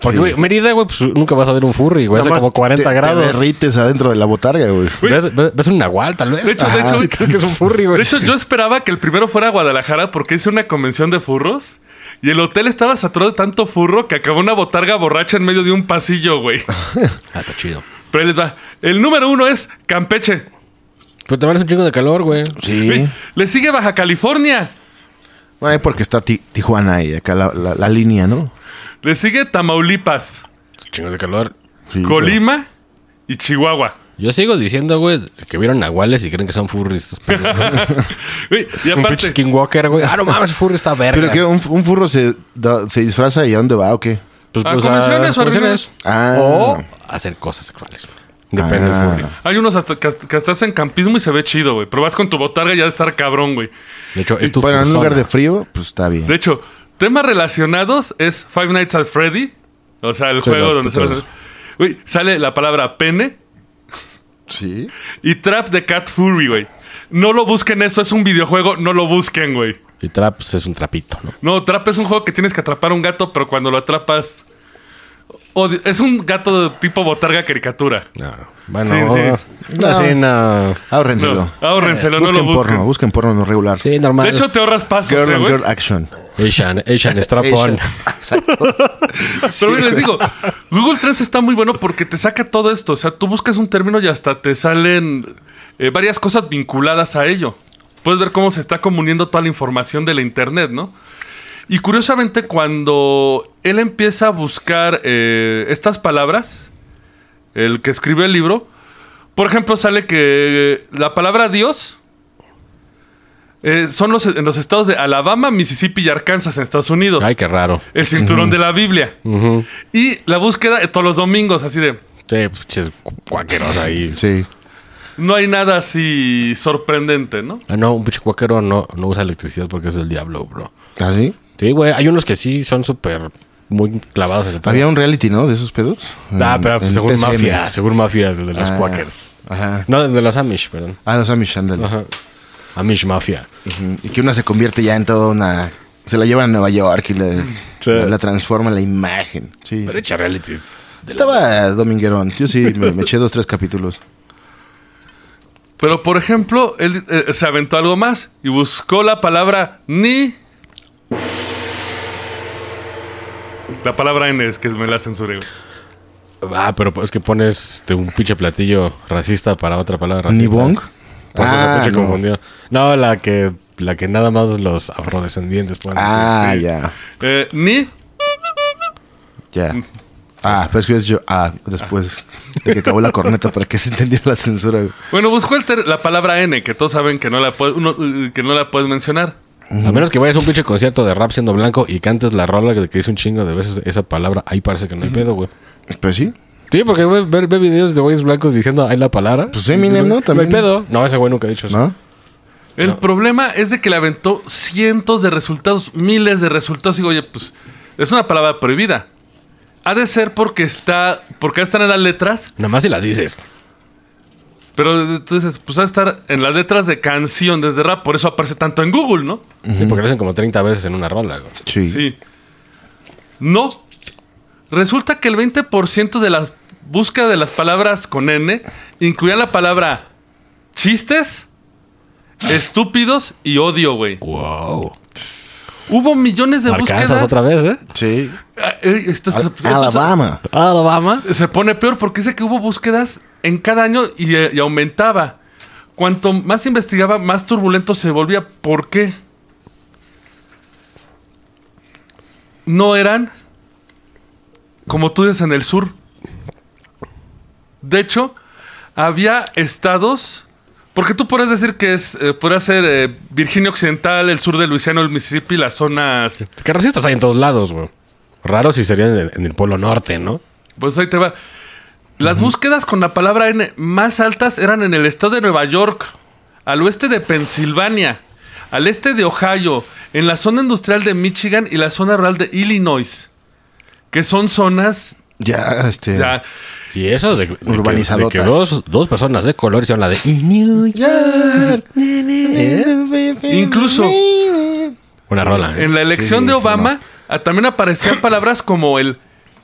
[SPEAKER 4] Porque,
[SPEAKER 3] Sí.
[SPEAKER 4] güey, Mérida, güey, pues nunca vas a ver un furry, güey. Hace
[SPEAKER 3] Nomás
[SPEAKER 4] como 40
[SPEAKER 3] te- Te
[SPEAKER 4] grados.
[SPEAKER 3] derrites adentro de la botarga, güey.
[SPEAKER 4] ¿Ves, ves, ves un nahual, tal vez?
[SPEAKER 2] De hecho, de
[SPEAKER 4] Ajá.
[SPEAKER 2] hecho-
[SPEAKER 4] Y crees que es un furry, güey.
[SPEAKER 2] De hecho, yo esperaba que el primero fuera Guadalajara porque hice una convención de furros Y el hotel estaba saturado de tanto furro que acabó una botarga borracha en medio de un pasillo, güey.
[SPEAKER 4] Ah, está chido.
[SPEAKER 2] Pero ahí les va. El número uno es Campeche.
[SPEAKER 4] Pero también es un chingo de calor, güey.
[SPEAKER 3] Sí.
[SPEAKER 2] Le sigue Baja California.
[SPEAKER 3] Bueno, ahí porque está Ti- Tijuana y acá la, la- la línea, ¿no?
[SPEAKER 2] Le sigue Tamaulipas,
[SPEAKER 4] Es un chingo de calor.
[SPEAKER 3] Sí,
[SPEAKER 2] Colima y Chihuahua.
[SPEAKER 4] Yo sigo diciendo, güey, que vieron nahuales y creen que son furries. Estos pendejos.
[SPEAKER 2] Güey, y
[SPEAKER 4] un pinche
[SPEAKER 2] aparte,
[SPEAKER 4] skinwalker, güey. Ah, no mames, furry está verga.
[SPEAKER 3] Pero que un, un furro se, da- se disfraza y a dónde va o qué.
[SPEAKER 4] Pues,
[SPEAKER 2] Ah,
[SPEAKER 4] pues, a
[SPEAKER 2] convenciones o
[SPEAKER 4] convenciones.
[SPEAKER 3] Ah.
[SPEAKER 4] O hacer cosas sexuales. Depende
[SPEAKER 3] Ah.
[SPEAKER 4] del furry.
[SPEAKER 2] hay unos hasta, que, que hasta hacen campismo y se ve chido, güey. Pero vas con tu botarga y ya de estar cabrón, güey.
[SPEAKER 4] De hecho, es tu
[SPEAKER 3] Bueno, en un
[SPEAKER 4] fursona.
[SPEAKER 3] lugar de frío, pues está bien.
[SPEAKER 2] De hecho, temas relacionados es Five Nights at Freddy. O sea, el
[SPEAKER 4] Sí,
[SPEAKER 2] juego
[SPEAKER 4] los
[SPEAKER 2] donde se
[SPEAKER 4] putos.
[SPEAKER 2] Güey, sale la palabra pene
[SPEAKER 3] Sí.
[SPEAKER 2] y trap de Cat Fury, güey. No lo busquen eso, es un videojuego, no lo busquen, güey.
[SPEAKER 4] Y trap, pues, es un trapito, ¿no?
[SPEAKER 2] No, trap es un juego que tienes que atrapar a un gato, pero cuando lo atrapas... Odio- es un gato de tipo botarga caricatura.
[SPEAKER 4] No. Ah, Bueno,
[SPEAKER 2] Sí,
[SPEAKER 3] No.
[SPEAKER 4] así no.
[SPEAKER 3] Ahórrenselo.
[SPEAKER 2] No, ahórrenselo, no lo
[SPEAKER 3] busquen
[SPEAKER 2] busquen.
[SPEAKER 3] porno, busquen porno no regular.
[SPEAKER 4] Sí, normal.
[SPEAKER 2] De hecho, te ahorras pasos,
[SPEAKER 3] Girl
[SPEAKER 2] eh,
[SPEAKER 3] on
[SPEAKER 2] güey.
[SPEAKER 3] girl action.
[SPEAKER 4] Asian, Asian strap on.
[SPEAKER 2] Pero bien, les digo, Google Trends está muy bueno porque te saca todo esto. O sea, tú buscas un término y hasta te salen eh, varias cosas vinculadas a ello. Puedes ver cómo se está comuniendo toda la información de la Internet, ¿no? Y curiosamente, cuando él empieza a buscar eh, estas palabras, el que escribió el libro, por ejemplo, sale que eh, la palabra Dios eh, son los, en los estados de Alabama, Mississippi y Arkansas en Estados Unidos.
[SPEAKER 4] Ay, qué raro.
[SPEAKER 2] El cinturón de la Biblia. Y la búsqueda eh, todos los domingos, así de.
[SPEAKER 4] Sí, pues, ches, cu- cuáqueros ahí.
[SPEAKER 3] Sí.
[SPEAKER 2] No hay nada así sorprendente, ¿no?
[SPEAKER 4] Ah, no, un pinche cuáquero no, no usa electricidad porque es el diablo, bro.
[SPEAKER 3] ¿Así?
[SPEAKER 4] Sí, güey, hay unos que sí son súper muy clavados en el pedo.
[SPEAKER 3] Había un reality, ¿no? De esos pedos.
[SPEAKER 4] Ah,
[SPEAKER 3] En-
[SPEAKER 4] pero pues,
[SPEAKER 3] en
[SPEAKER 4] según
[SPEAKER 3] TCM.
[SPEAKER 4] mafia, según mafia, de los
[SPEAKER 3] Ah,
[SPEAKER 4] cuáqueros.
[SPEAKER 3] Ajá.
[SPEAKER 4] No, de los Amish, perdón.
[SPEAKER 3] Ah, no, Sammy Shandel.
[SPEAKER 4] Amish Mafia.
[SPEAKER 3] Ujú. Y que una se convierte ya en toda una. Se la llevan a Nueva York y le- la transforma la imagen. Sí.
[SPEAKER 4] Pero echa realities.
[SPEAKER 3] Estaba dominguerón. Yo sí, me, me eché dos, tres capítulos.
[SPEAKER 2] Pero por ejemplo, él eh, se aventó algo más y buscó la palabra ni. La palabra N es que me la censuré. güey.
[SPEAKER 4] Ah, pero es que pones este, un pinche platillo racista para otra palabra racista.
[SPEAKER 3] ¿Nibong?
[SPEAKER 4] Por eso
[SPEAKER 3] Ah,
[SPEAKER 4] se
[SPEAKER 3] no.
[SPEAKER 4] confundió. No, la que, la que nada más los afrodescendientes pueden
[SPEAKER 3] Ah,
[SPEAKER 4] decir.
[SPEAKER 3] ya.
[SPEAKER 2] Eh, ni.
[SPEAKER 3] Ya. Ah, pues que es yo. Ah, después de que acabó la corneta para que se entendiera la censura. güey.
[SPEAKER 2] Bueno, buscó el ter- la palabra N, que todos saben que no la, puede- uno, eh, que no la puedes mencionar.
[SPEAKER 4] A menos que vayas a un pinche concierto de rap siendo blanco y cantes la rola que, que dice un chingo de veces esa palabra. Ahí parece que no hay pedo, güey.
[SPEAKER 3] Pues sí.
[SPEAKER 4] Sí, porque ve, ve- ve videos de güeyes blancos diciendo ahí la palabra.
[SPEAKER 3] Pues Eminem, ¿no? También.
[SPEAKER 4] No hay pedo. No, ese güey nunca ha dicho eso.
[SPEAKER 3] ¿No?
[SPEAKER 2] El problema es de que le aventó cientos de resultados, miles de resultados. Y digo, oye, pues es una palabra prohibida. Ha de ser porque está, porque ha de estar en las letras,
[SPEAKER 4] Nada más si la dices.
[SPEAKER 2] pero entonces, pues ha de estar en las letras de canción desde rap, por eso aparece tanto en Google, ¿no?
[SPEAKER 4] Sí, porque lo hacen como 30 veces en una rola, güey.
[SPEAKER 3] Sí.
[SPEAKER 2] Sí. No. Resulta que el 20% de las búsquedas de las palabras con N incluía la palabra chistes, estúpidos y odio, güey.
[SPEAKER 4] Wow.
[SPEAKER 2] Hubo millones de
[SPEAKER 4] Arkansas
[SPEAKER 2] búsquedas.
[SPEAKER 4] otra vez, ¿eh?
[SPEAKER 3] Sí.
[SPEAKER 2] Ah, eh, esto-
[SPEAKER 3] Al-
[SPEAKER 2] esto-
[SPEAKER 3] Alabama.
[SPEAKER 4] Alabama.
[SPEAKER 2] se pone peor porque dice que hubo búsquedas en cada año y, eh, y aumentaba. Cuanto más investigaba, más turbulento se volvía. ¿Por qué? No eran como tú dices en el sur. De hecho, había estados. Porque tú podrías decir que es, eh, podría ser eh, Virginia Occidental, el sur de Luisiana, el Mississippi, las zonas
[SPEAKER 4] Que racistas hay en todos lados, güey. Raro si serían en el, en el Polo Norte, ¿no?
[SPEAKER 2] Pues ahí te va. Las búsquedas con la palabra N más altas eran en el estado de Nueva York, al oeste de Pensilvania, al este de Ohio, en la zona industrial de Michigan y la zona rural de Illinois, que son zonas
[SPEAKER 3] Ya, este.
[SPEAKER 2] ya,
[SPEAKER 4] Y eso de, de que- de
[SPEAKER 3] Urbanizadotas.
[SPEAKER 4] que dos, dos personas de color hicieron la de "In New York".
[SPEAKER 3] ¿Eh?
[SPEAKER 2] Incluso-
[SPEAKER 4] Una rola. ¿eh?
[SPEAKER 2] en la elección
[SPEAKER 3] Sí,
[SPEAKER 2] de
[SPEAKER 3] cómo
[SPEAKER 2] Obama ah, también aparecían palabras como el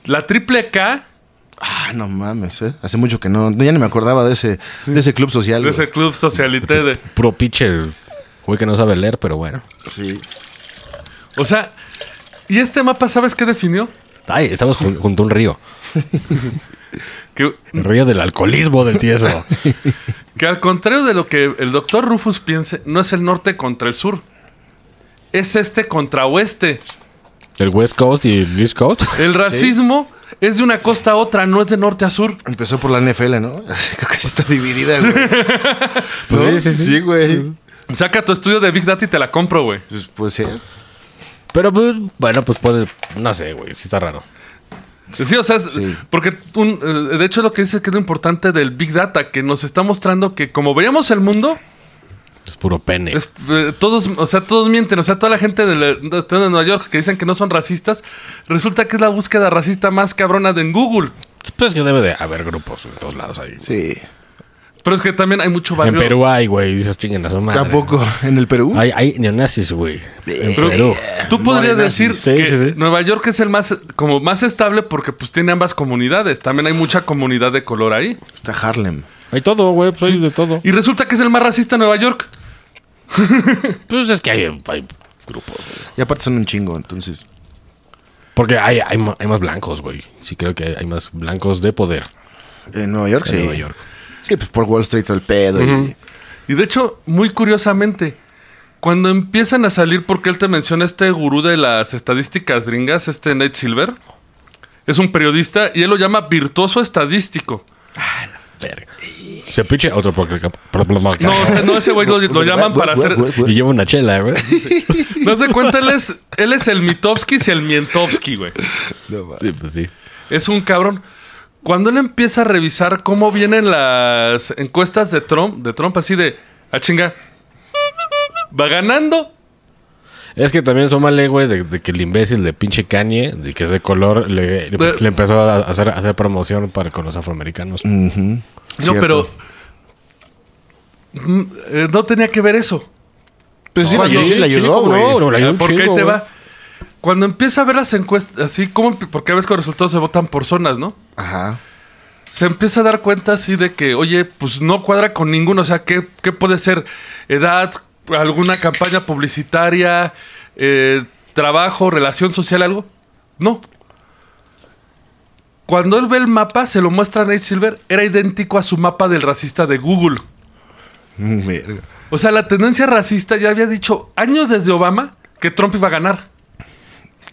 [SPEAKER 2] la triple K
[SPEAKER 3] Ah, no mames, ¿eh? Hace mucho que no. Ya ni me acordaba de ese, de ese club social.
[SPEAKER 2] de
[SPEAKER 3] güey.
[SPEAKER 2] ese club socialité de
[SPEAKER 4] Puro pinche güey que no sabe leer, pero bueno.
[SPEAKER 3] Sí.
[SPEAKER 2] O sea, Y este mapa, ¿sabes qué definió?
[SPEAKER 4] Ay, estamos jun- junto a un río.
[SPEAKER 2] Que,
[SPEAKER 4] El río del alcoholismo del tieso.
[SPEAKER 2] que al contrario de lo que el doctor Rufus piense, no es el norte contra el sur. Es este contra oeste.
[SPEAKER 4] El West Coast y el East Coast.
[SPEAKER 2] El racismo es de una costa a otra, no es de norte a sur.
[SPEAKER 3] Empezó por la NFL, ¿no? Creo que sí está dividida, güey.
[SPEAKER 4] Pues
[SPEAKER 3] ¿No?
[SPEAKER 4] sí, sí, sí.
[SPEAKER 3] güey.
[SPEAKER 2] Saca tu estudio de Big Data y te la compro, güey.
[SPEAKER 3] Pues puede ser.
[SPEAKER 4] Pero pues, bueno, pues puede. No sé, güey. Sí está raro.
[SPEAKER 2] Sí, o sea, es- porque un- eh, de hecho es lo que dice que es lo importante del Big Data, que nos está mostrando que como veíamos el mundo,
[SPEAKER 4] Es puro pene.
[SPEAKER 2] es, eh, todos, o sea, todos mienten, o sea, toda la gente de, la- de Nueva York que dicen que no son racistas, resulta que es la búsqueda racista más cabrona de en Google.
[SPEAKER 4] Pues que debe de haber grupos en todos lados ahí.
[SPEAKER 3] Sí.
[SPEAKER 2] Pero es que también hay mucho barrio.
[SPEAKER 4] En Perú hay, güey. Dices chinguen a su madre.
[SPEAKER 3] Tampoco en el Perú.
[SPEAKER 4] Hay, hay neonazis, güey. En
[SPEAKER 2] Pero
[SPEAKER 4] Perú.
[SPEAKER 2] tú podrías
[SPEAKER 3] Morenazis.
[SPEAKER 2] decir
[SPEAKER 4] Sí,
[SPEAKER 2] que
[SPEAKER 4] sí, sí.
[SPEAKER 2] Nueva York es el más como más estable porque pues tiene ambas comunidades. También hay mucha comunidad de color ahí.
[SPEAKER 3] Está Harlem.
[SPEAKER 4] Hay todo, güey. Pues hay de todo.
[SPEAKER 2] Y resulta que es el más racista en Nueva York.
[SPEAKER 4] Pues es que hay, hay grupos, güey.
[SPEAKER 3] Y aparte son un chingo, entonces.
[SPEAKER 4] Porque hay, hay, ma- hay más blancos, güey. Sí, creo que hay, hay más blancos de poder
[SPEAKER 3] En Nueva York,
[SPEAKER 4] en
[SPEAKER 3] sí.
[SPEAKER 4] Nueva York.
[SPEAKER 3] Sí, pues por Wall Street al pedo. y-
[SPEAKER 2] Y de hecho, muy curiosamente, cuando empiezan a salir, porque él te menciona este gurú de las estadísticas gringas, este Nate Silver, es un periodista y él lo llama virtuoso estadístico.
[SPEAKER 4] Verga. Se pinche otro podcast.
[SPEAKER 2] No, o sea, no ese güey lo, lo llaman para hacer.
[SPEAKER 4] Y lleva una chela, güey.
[SPEAKER 2] No se cuenta, él es, él es el Mitofsky y el Mientovsky, güey.
[SPEAKER 3] No, va.
[SPEAKER 4] Sí, pues sí.
[SPEAKER 2] Es un cabrón. Cuando él empieza a revisar cómo vienen las encuestas de Trump, de Trump así de, a chinga, va ganando.
[SPEAKER 4] Es que también súmale, güey, de, de que el imbécil de pinche Kanye, de que es de color, le, le-
[SPEAKER 2] Eh.
[SPEAKER 4] le empezó a hacer, a hacer promoción para con los afroamericanos.
[SPEAKER 3] Ujú.
[SPEAKER 2] No,
[SPEAKER 3] Cierto.
[SPEAKER 2] pero mm, eh, no tenía que ver eso.
[SPEAKER 3] Pues sí,
[SPEAKER 4] No,
[SPEAKER 3] le ayudó-
[SPEAKER 4] sí,
[SPEAKER 3] sí le
[SPEAKER 4] sí,
[SPEAKER 3] ayudó,
[SPEAKER 4] cómo no,
[SPEAKER 3] güey.
[SPEAKER 4] bro. Pero la hay un
[SPEAKER 2] porque
[SPEAKER 4] chingo,
[SPEAKER 2] ahí te
[SPEAKER 4] güey.
[SPEAKER 2] va. Cuando empieza a ver las encuestas, así como, porque a veces con resultados se votan por zonas, ¿no?
[SPEAKER 3] Ajá.
[SPEAKER 2] Se empieza a dar cuenta así de que, oye, pues no cuadra con ninguno. O sea, ¿qué, qué puede ser? Edad, alguna campaña publicitaria, eh, trabajo, relación social, algo. No. Cuando él ve el mapa, se lo muestra a Nate Silver, era idéntico a su mapa del racista de Google.
[SPEAKER 3] Mm, verga.
[SPEAKER 2] O sea, la tendencia racista ya había dicho años desde Obama que Trump iba a ganar.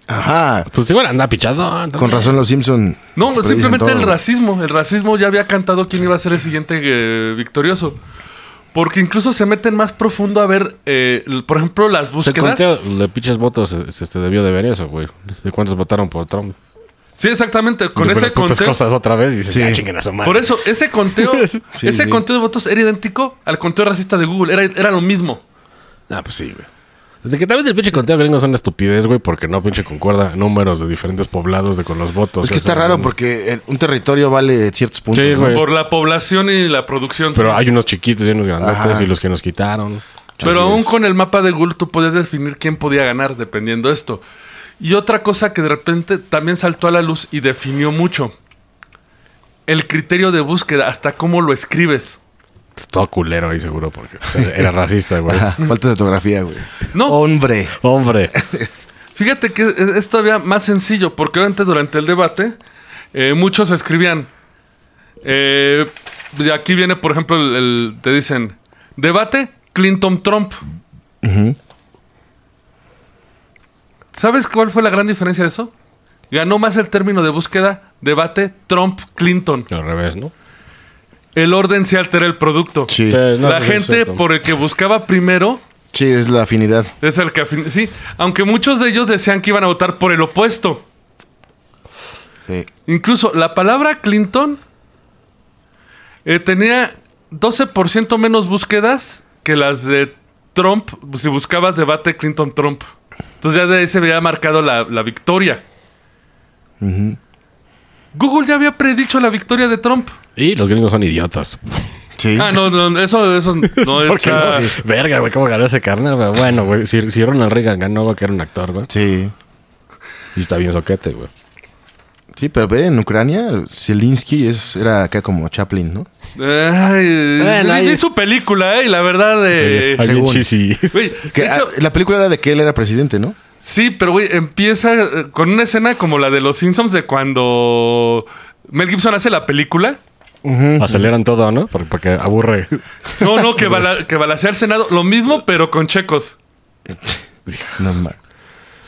[SPEAKER 3] Ajá.
[SPEAKER 4] Pues igual anda pichado. anda-
[SPEAKER 3] Con razón los Simpson.
[SPEAKER 2] No,
[SPEAKER 3] predicen
[SPEAKER 2] simplemente
[SPEAKER 3] todo,
[SPEAKER 2] el
[SPEAKER 3] güey.
[SPEAKER 2] racismo. El racismo ya había cantado quién iba a ser el siguiente eh, victorioso. Porque incluso se meten más profundo a ver, eh, el- por ejemplo, las
[SPEAKER 4] O sea, el
[SPEAKER 2] búsquedas.
[SPEAKER 4] conteo de pinches votos se, se- se debió de ver eso, güey. De cuántos votaron por Trump.
[SPEAKER 2] Sí, exactamente. Con
[SPEAKER 4] Pero
[SPEAKER 2] ese
[SPEAKER 4] las putas
[SPEAKER 2] conteo.
[SPEAKER 4] costas otra vez y dices,
[SPEAKER 3] Sí.
[SPEAKER 4] "Ah, chinguen a su madre".
[SPEAKER 2] Por eso, ese conteo,
[SPEAKER 3] Sí,
[SPEAKER 2] ese
[SPEAKER 3] sí.
[SPEAKER 2] conteo de votos era idéntico al conteo racista de Google. Era, era lo mismo.
[SPEAKER 4] Ah, pues sí, güey. De que también el pinche conteo gringo son una estupidez, güey, porque no pinche concuerda números de diferentes poblados de con los votos.
[SPEAKER 3] Es que está
[SPEAKER 4] Eso,
[SPEAKER 3] raro
[SPEAKER 4] ¿no?
[SPEAKER 3] porque el- un territorio vale ciertos puntos.
[SPEAKER 4] Sí,
[SPEAKER 3] ¿no?
[SPEAKER 4] güey.
[SPEAKER 2] Por la población y la producción.
[SPEAKER 4] Pero
[SPEAKER 2] sí.
[SPEAKER 4] hay unos chiquitos y unos grandotes
[SPEAKER 3] Ajá.
[SPEAKER 4] y los que nos quitaron.
[SPEAKER 2] Pero
[SPEAKER 3] Así
[SPEAKER 2] aún
[SPEAKER 3] es.
[SPEAKER 2] con el mapa de Google tú podías definir quién podía ganar dependiendo de esto. Y otra cosa que de repente también saltó a la luz y definió mucho. El criterio de búsqueda, hasta cómo lo escribes.
[SPEAKER 4] Todo culero ahí seguro porque o sea, era racista, güey.
[SPEAKER 3] Ajá. Ah, Falta de ortografía, güey.
[SPEAKER 2] No.
[SPEAKER 3] Hombre.
[SPEAKER 4] Hombre.
[SPEAKER 2] Fíjate que es, es todavía más sencillo, porque antes durante el debate eh, muchos escribían. eh, de aquí viene, por ejemplo, el- el- te dicen, debate Clinton-Trump. ¿Sabes cuál fue la gran diferencia de eso? Ganó más el término de búsqueda, debate Trump-Clinton.
[SPEAKER 4] Al revés, ¿no?
[SPEAKER 2] El orden se altera el producto.
[SPEAKER 3] Sí.
[SPEAKER 4] Sí. no,
[SPEAKER 2] la
[SPEAKER 4] pues,
[SPEAKER 2] gente
[SPEAKER 4] exacto.
[SPEAKER 2] por el que buscaba primero
[SPEAKER 3] Sí, es la afinidad.
[SPEAKER 2] es el que... afin- Sí, aunque muchos de ellos decían que iban a votar por el opuesto.
[SPEAKER 3] Sí.
[SPEAKER 2] Incluso la palabra Clinton eh, tenía 12% menos búsquedas que las de Trump. Si buscabas debate Clinton-Trump. Entonces ya de ahí se había marcado la, la victoria. Google ya había predicho la victoria de Trump.
[SPEAKER 4] Y los gringos son idiotas.
[SPEAKER 3] Sí.
[SPEAKER 2] Ah, no, no, eso, eso no es.
[SPEAKER 4] Porque,
[SPEAKER 2] ah,
[SPEAKER 4] güey, Verga, güey, ¿cómo ganó ese carnal? güey? Bueno, güey, si, si Ronald Reagan ganó, güey, que era un actor, güey.
[SPEAKER 3] Sí.
[SPEAKER 4] Y está bien soquete, güey.
[SPEAKER 3] Sí, pero ve, en Ucrania, Zelinsky es, era acá como Chaplin, ¿no?
[SPEAKER 2] ay,
[SPEAKER 4] Bueno,
[SPEAKER 2] vi- vi
[SPEAKER 4] ahí-
[SPEAKER 2] su película, eh, y la verdad. eh,
[SPEAKER 4] Alguien
[SPEAKER 3] según.
[SPEAKER 4] chisi.
[SPEAKER 2] güey,
[SPEAKER 3] Que,
[SPEAKER 2] de hecho,
[SPEAKER 3] ah, la película era de que él era presidente, ¿no?
[SPEAKER 2] Sí, pero güey, empieza eh, con una escena como la de los Simpsons de cuando Mel Gibson hace la película.
[SPEAKER 4] Aceleran todo, ¿no? Por- Porque aburre.
[SPEAKER 2] No, no, que, bala- que balacea al Senado. Lo mismo, pero con checos.
[SPEAKER 3] No ma-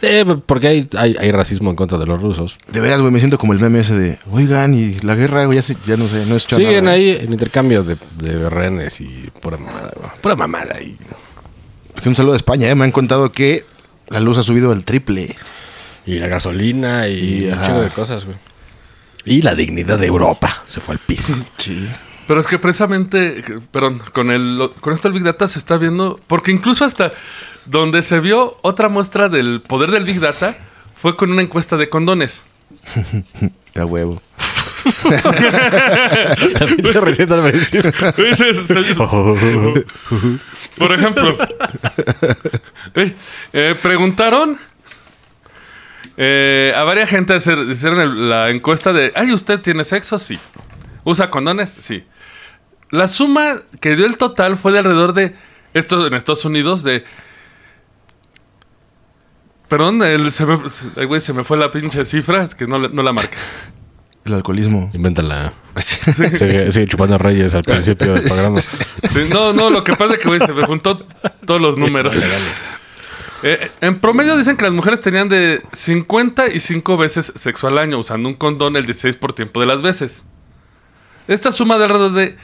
[SPEAKER 4] Eh, porque hay, hay, hay racismo en contra de los rusos.
[SPEAKER 3] De veras, güey, me siento como el meme ese de, oigan, y la guerra, güey, ya, se- ya no sé, no es hecho
[SPEAKER 4] Siguen
[SPEAKER 3] nada".
[SPEAKER 4] ahí en intercambio de, de rehenes y pura mamada. güey. Pura mamada. Y...
[SPEAKER 3] Porque un saludo a España, ¿eh? Me han contado que la luz ha subido al triple.
[SPEAKER 4] Y la gasolina
[SPEAKER 3] Y,
[SPEAKER 4] y, un
[SPEAKER 3] ajá.
[SPEAKER 4] chingo de cosas, güey. Y la dignidad de Europa se fue al piso.
[SPEAKER 3] Sí.
[SPEAKER 2] Pero es que precisamente, que- perdón, con, el, lo- con esto el Big Data se está viendo, porque incluso hasta donde se vio otra muestra del poder del Big Data fue con una encuesta de condones.
[SPEAKER 3] A huevo.
[SPEAKER 4] La pinche receta al principio.
[SPEAKER 2] Ese es- es-
[SPEAKER 4] Oh.
[SPEAKER 2] Por ejemplo, eh, eh, preguntaron eh, a varias gente, hacer- hicieron el- la encuesta de, ay, ¿usted tiene sexo? Sí. ¿Usa condones? Sí. La suma que dio el total fue de alrededor de, esto en Estados Unidos, de... Perdón, el- se, me, se- ay, güey, se me fue la pinche cifra, es que no, la- no la marca.
[SPEAKER 3] El alcoholismo.
[SPEAKER 4] Invéntala. Sigue, sigue chupando reyes al principio del programa.
[SPEAKER 2] Sí, No, no, lo que pasa es que güey, se me juntó todos los números. Eh, en promedio dicen que las mujeres tenían de 50 y 5 veces sexo al año, usando un condón el 16 por tiempo de las veces. Esta suma de alrededor de...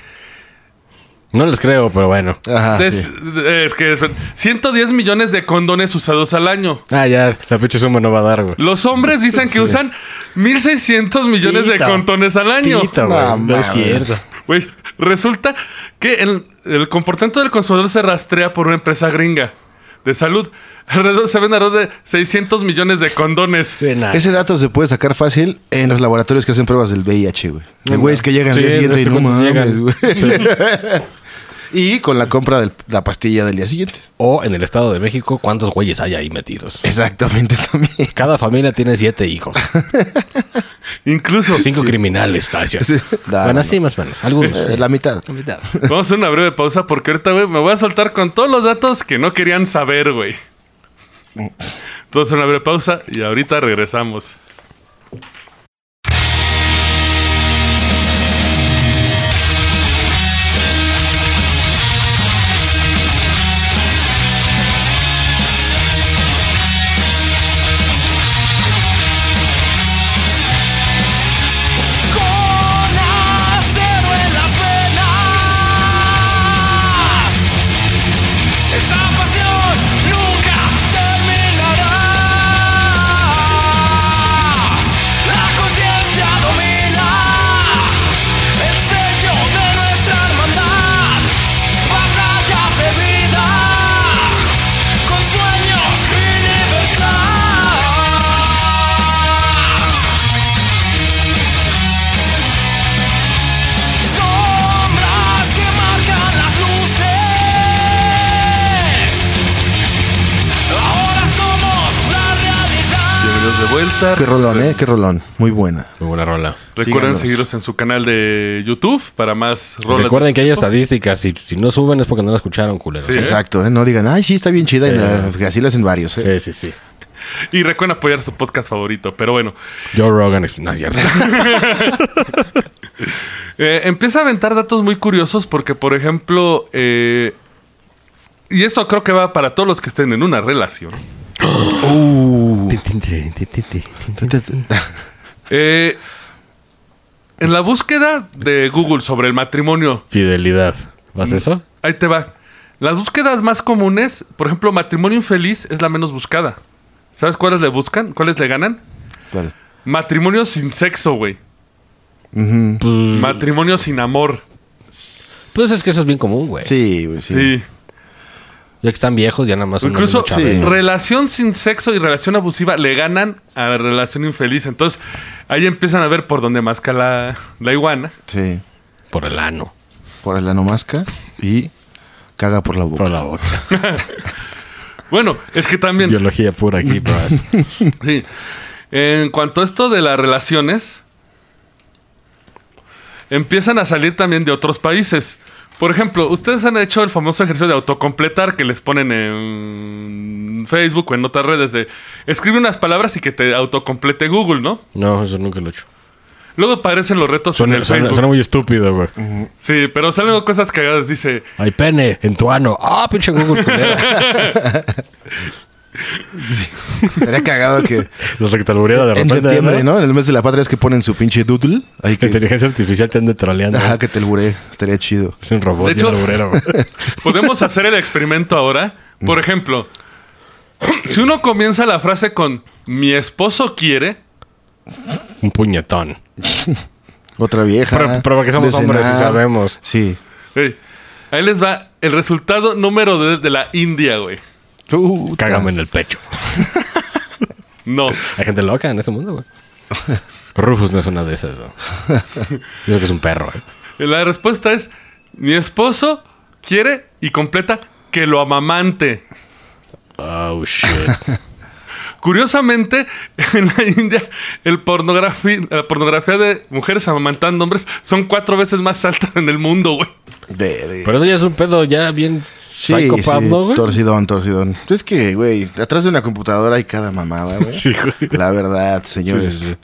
[SPEAKER 4] No les creo, pero bueno.
[SPEAKER 3] Ajá.
[SPEAKER 2] de-
[SPEAKER 3] sí.
[SPEAKER 2] de- es que es- 110 millones de condones usados al año.
[SPEAKER 4] Ah, ya, la pinche suma no va a dar, güey.
[SPEAKER 2] Los hombres dicen que usan 1.600 millones de
[SPEAKER 4] Pita.
[SPEAKER 2] condones al año.
[SPEAKER 4] Pita, güey.
[SPEAKER 3] No
[SPEAKER 4] No, es
[SPEAKER 3] mames.
[SPEAKER 4] cierto.
[SPEAKER 2] Güey, resulta que el, el comportamiento del consumidor se rastrea por una empresa gringa de salud. Alrededor- se ven alrededor de 600 millones de condones.
[SPEAKER 4] Suena.
[SPEAKER 3] Ese dato se puede sacar fácil en los laboratorios que hacen pruebas del VIH, güey. De
[SPEAKER 4] No,
[SPEAKER 3] güeyes que llegan
[SPEAKER 4] Sí,
[SPEAKER 3] al día siguiente y no
[SPEAKER 4] ¿cuántos
[SPEAKER 3] mames,
[SPEAKER 4] llegan?
[SPEAKER 3] güey.
[SPEAKER 4] Sí.
[SPEAKER 3] Y con la compra de la pastilla del día siguiente.
[SPEAKER 4] O en el Estado de México, ¿cuántos güeyes hay ahí metidos?
[SPEAKER 3] Exactamente también.
[SPEAKER 4] Cada familia tiene siete hijos.
[SPEAKER 2] Incluso,
[SPEAKER 4] Cinco criminales, gracias.
[SPEAKER 3] Sí. No,
[SPEAKER 4] bueno,
[SPEAKER 3] no,
[SPEAKER 4] así más o menos. Algunos.
[SPEAKER 3] Eh, La mitad.
[SPEAKER 4] La mitad.
[SPEAKER 2] vamos a hacer una breve pausa porque ahorita güey, me voy a soltar con todos los datos que no querían saber, güey. Entonces, una breve pausa y ahorita regresamos.
[SPEAKER 5] Con acero en las venas Esta pasión nunca terminará La conciencia domina El sello de nuestra hermandad Batallas de vida Con sueños y libertad Sombras que marcan las luces. Ahora somos la realidad.
[SPEAKER 2] Bienvenidos de vuelta.
[SPEAKER 3] Qué rolón, ¿eh? Qué rolón. Muy buena.
[SPEAKER 4] Muy buena rola.
[SPEAKER 2] Recuerden
[SPEAKER 3] Síganos.
[SPEAKER 2] seguirnos en su canal de YouTube para más rolas.
[SPEAKER 4] Recuerden que hay
[SPEAKER 2] ya
[SPEAKER 4] estadísticas. Si, si no suben es porque no la escucharon, culeros.
[SPEAKER 2] Sí.
[SPEAKER 4] Sí,
[SPEAKER 3] Exacto, ¿eh? No digan, ay, sí, está bien chida.
[SPEAKER 4] Sí.
[SPEAKER 3] y la- que así la hacen varios, ¿eh?
[SPEAKER 4] sí, sí.
[SPEAKER 2] Y recuerden apoyar su podcast favorito. Pero bueno,
[SPEAKER 4] Joe Rogan es. No, es cierto.
[SPEAKER 2] Eh, empieza a aventar datos muy curiosos porque, por ejemplo, eh, y eso creo que va para todos los que estén en una relación. Eh, en la búsqueda de Google sobre el matrimonio,
[SPEAKER 4] Fidelidad. ¿Vas eso?
[SPEAKER 2] ahí te va. Las búsquedas más comunes, por ejemplo, matrimonio infeliz es la menos buscada. ¿Sabes cuáles le buscan? ¿Cuáles le ganan?
[SPEAKER 3] Vale.
[SPEAKER 2] Matrimonio sin sexo, güey. Matrimonio sin amor.
[SPEAKER 4] Pues es que eso es bien común, güey.
[SPEAKER 3] Sí, güey, sí.
[SPEAKER 2] Sí.
[SPEAKER 4] Ya que están viejos, ya nada más. son
[SPEAKER 2] Incluso
[SPEAKER 4] una chave.
[SPEAKER 3] sí.
[SPEAKER 2] relación sin sexo y relación abusiva le ganan a la relación infeliz. Entonces ahí empiezan a ver por dónde masca la, la iguana.
[SPEAKER 3] Sí.
[SPEAKER 4] Por el ano.
[SPEAKER 3] Por el anomasca y caga por la boca.
[SPEAKER 4] Por la boca.
[SPEAKER 2] Bueno, es que también,
[SPEAKER 4] Biología pura aquí, bros.
[SPEAKER 2] sí. en cuanto a esto de las relaciones, empiezan a salir también de otros países. Por ejemplo, ustedes han hecho el famoso ejercicio de autocompletar que les ponen en Facebook o en otras redes de escribe unas palabras y que te autocomplete Google, ¿no?
[SPEAKER 4] No, eso nunca lo he hecho.
[SPEAKER 2] Luego aparecen los retos en
[SPEAKER 4] Suena,
[SPEAKER 2] el
[SPEAKER 4] suena-
[SPEAKER 2] Facebook.
[SPEAKER 4] suena muy estúpido, güey.
[SPEAKER 2] Sí, pero salen cosas cagadas. Dice,
[SPEAKER 4] Hay pene en tu ano. Ah, pinche Google. culera.
[SPEAKER 3] Estaría cagado que
[SPEAKER 4] Los rectalbureada de
[SPEAKER 3] en
[SPEAKER 4] repente.
[SPEAKER 3] septiembre, ¿no? En el mes de la patria es que ponen su pinche doodle. Ahí
[SPEAKER 4] Que
[SPEAKER 3] que,
[SPEAKER 4] inteligencia artificial te ande troleando.
[SPEAKER 3] ajá, que te alburé. Estaría chido.
[SPEAKER 4] Es un robot
[SPEAKER 2] De
[SPEAKER 4] de
[SPEAKER 2] hecho-
[SPEAKER 4] alburero, güey.
[SPEAKER 2] podemos hacer el experimento ahora. Por ejemplo, si uno comienza la frase con mi esposo quiere,
[SPEAKER 4] Un puñetón.
[SPEAKER 3] Otra vieja.
[SPEAKER 4] Pero- pero porque somos
[SPEAKER 3] de
[SPEAKER 4] hombres y
[SPEAKER 3] cenar.
[SPEAKER 4] sabemos.
[SPEAKER 3] Sí.
[SPEAKER 2] Ey, ahí les va el resultado número de, de la India, güey.
[SPEAKER 3] Puta.
[SPEAKER 4] Cágame en el pecho.
[SPEAKER 2] No.
[SPEAKER 4] Hay gente loca en este mundo, güey. Rufus no es una de esas, güey. Yo creo que es un perro, ¿eh? güey.
[SPEAKER 2] La respuesta es: mi esposo quiere y completa que lo amamante.
[SPEAKER 4] Oh, shit.
[SPEAKER 2] Curiosamente, en la India, el pornografi- la pornografía de mujeres amamantando hombres son cuatro veces más altas en el mundo, güey.
[SPEAKER 3] Verga.
[SPEAKER 4] Pero eso ya es un pedo ya bien
[SPEAKER 3] Sí,
[SPEAKER 4] psicopatado,
[SPEAKER 3] sí,
[SPEAKER 4] güey.
[SPEAKER 3] torcidón, torcidón. Es que, güey, atrás de una computadora hay cada mamada, güey.
[SPEAKER 4] Sí, güey.
[SPEAKER 3] La verdad, señores.
[SPEAKER 4] Sí, sí, sí.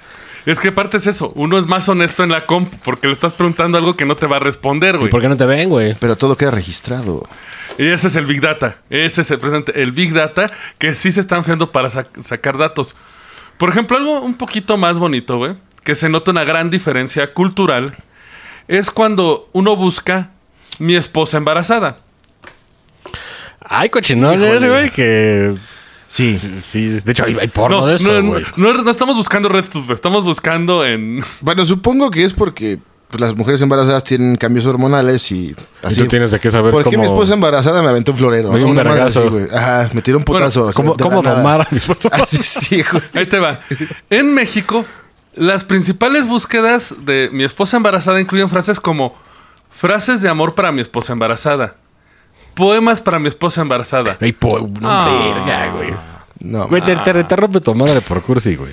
[SPEAKER 2] Es que aparte es eso, uno es más honesto en la comp porque le estás preguntando algo que no te va a responder,
[SPEAKER 4] ¿Y
[SPEAKER 2] güey.
[SPEAKER 4] por qué no te ven, güey?
[SPEAKER 3] Pero todo queda registrado.
[SPEAKER 2] Y ese es el Big Data. Ese es el presente. El Big Data que sí se están fiando para sac- sacar datos. Por ejemplo, algo un poquito más bonito, güey, que se nota una gran diferencia cultural, es cuando uno busca mi esposa embarazada.
[SPEAKER 4] Hay cochinones,
[SPEAKER 3] Híjole.
[SPEAKER 4] güey, que...
[SPEAKER 3] Sí.
[SPEAKER 4] Sí, de hecho hay, hay porno
[SPEAKER 2] No,
[SPEAKER 4] de eso,
[SPEAKER 2] no,
[SPEAKER 4] güey.
[SPEAKER 2] no, no estamos buscando Red Tube, estamos buscando en...
[SPEAKER 3] Bueno, supongo que es porque pues, las mujeres embarazadas tienen cambios hormonales y así.
[SPEAKER 4] tú tienes de qué saber
[SPEAKER 3] ¿Por qué
[SPEAKER 4] cómo-
[SPEAKER 3] mi esposa embarazada me aventó un florero?
[SPEAKER 4] Me dio un
[SPEAKER 3] Una madre
[SPEAKER 4] vergazo.
[SPEAKER 3] así, güey. Ajá, me tiró un putazo. así,
[SPEAKER 4] ¿Cómo,
[SPEAKER 3] de
[SPEAKER 4] cómo
[SPEAKER 3] la nada.
[SPEAKER 4] domar a mi esposa?
[SPEAKER 3] Así, sí, güey.
[SPEAKER 2] Ahí te va. En México, las principales búsquedas de mi esposa embarazada incluyen frases como frases de amor para mi esposa embarazada, poemas para mi esposa embarazada.
[SPEAKER 4] Ay, po, no,
[SPEAKER 2] Ah.
[SPEAKER 4] verga, güey.
[SPEAKER 3] No,
[SPEAKER 4] Güey, te, te, te rompe tu madre por cursi, güey.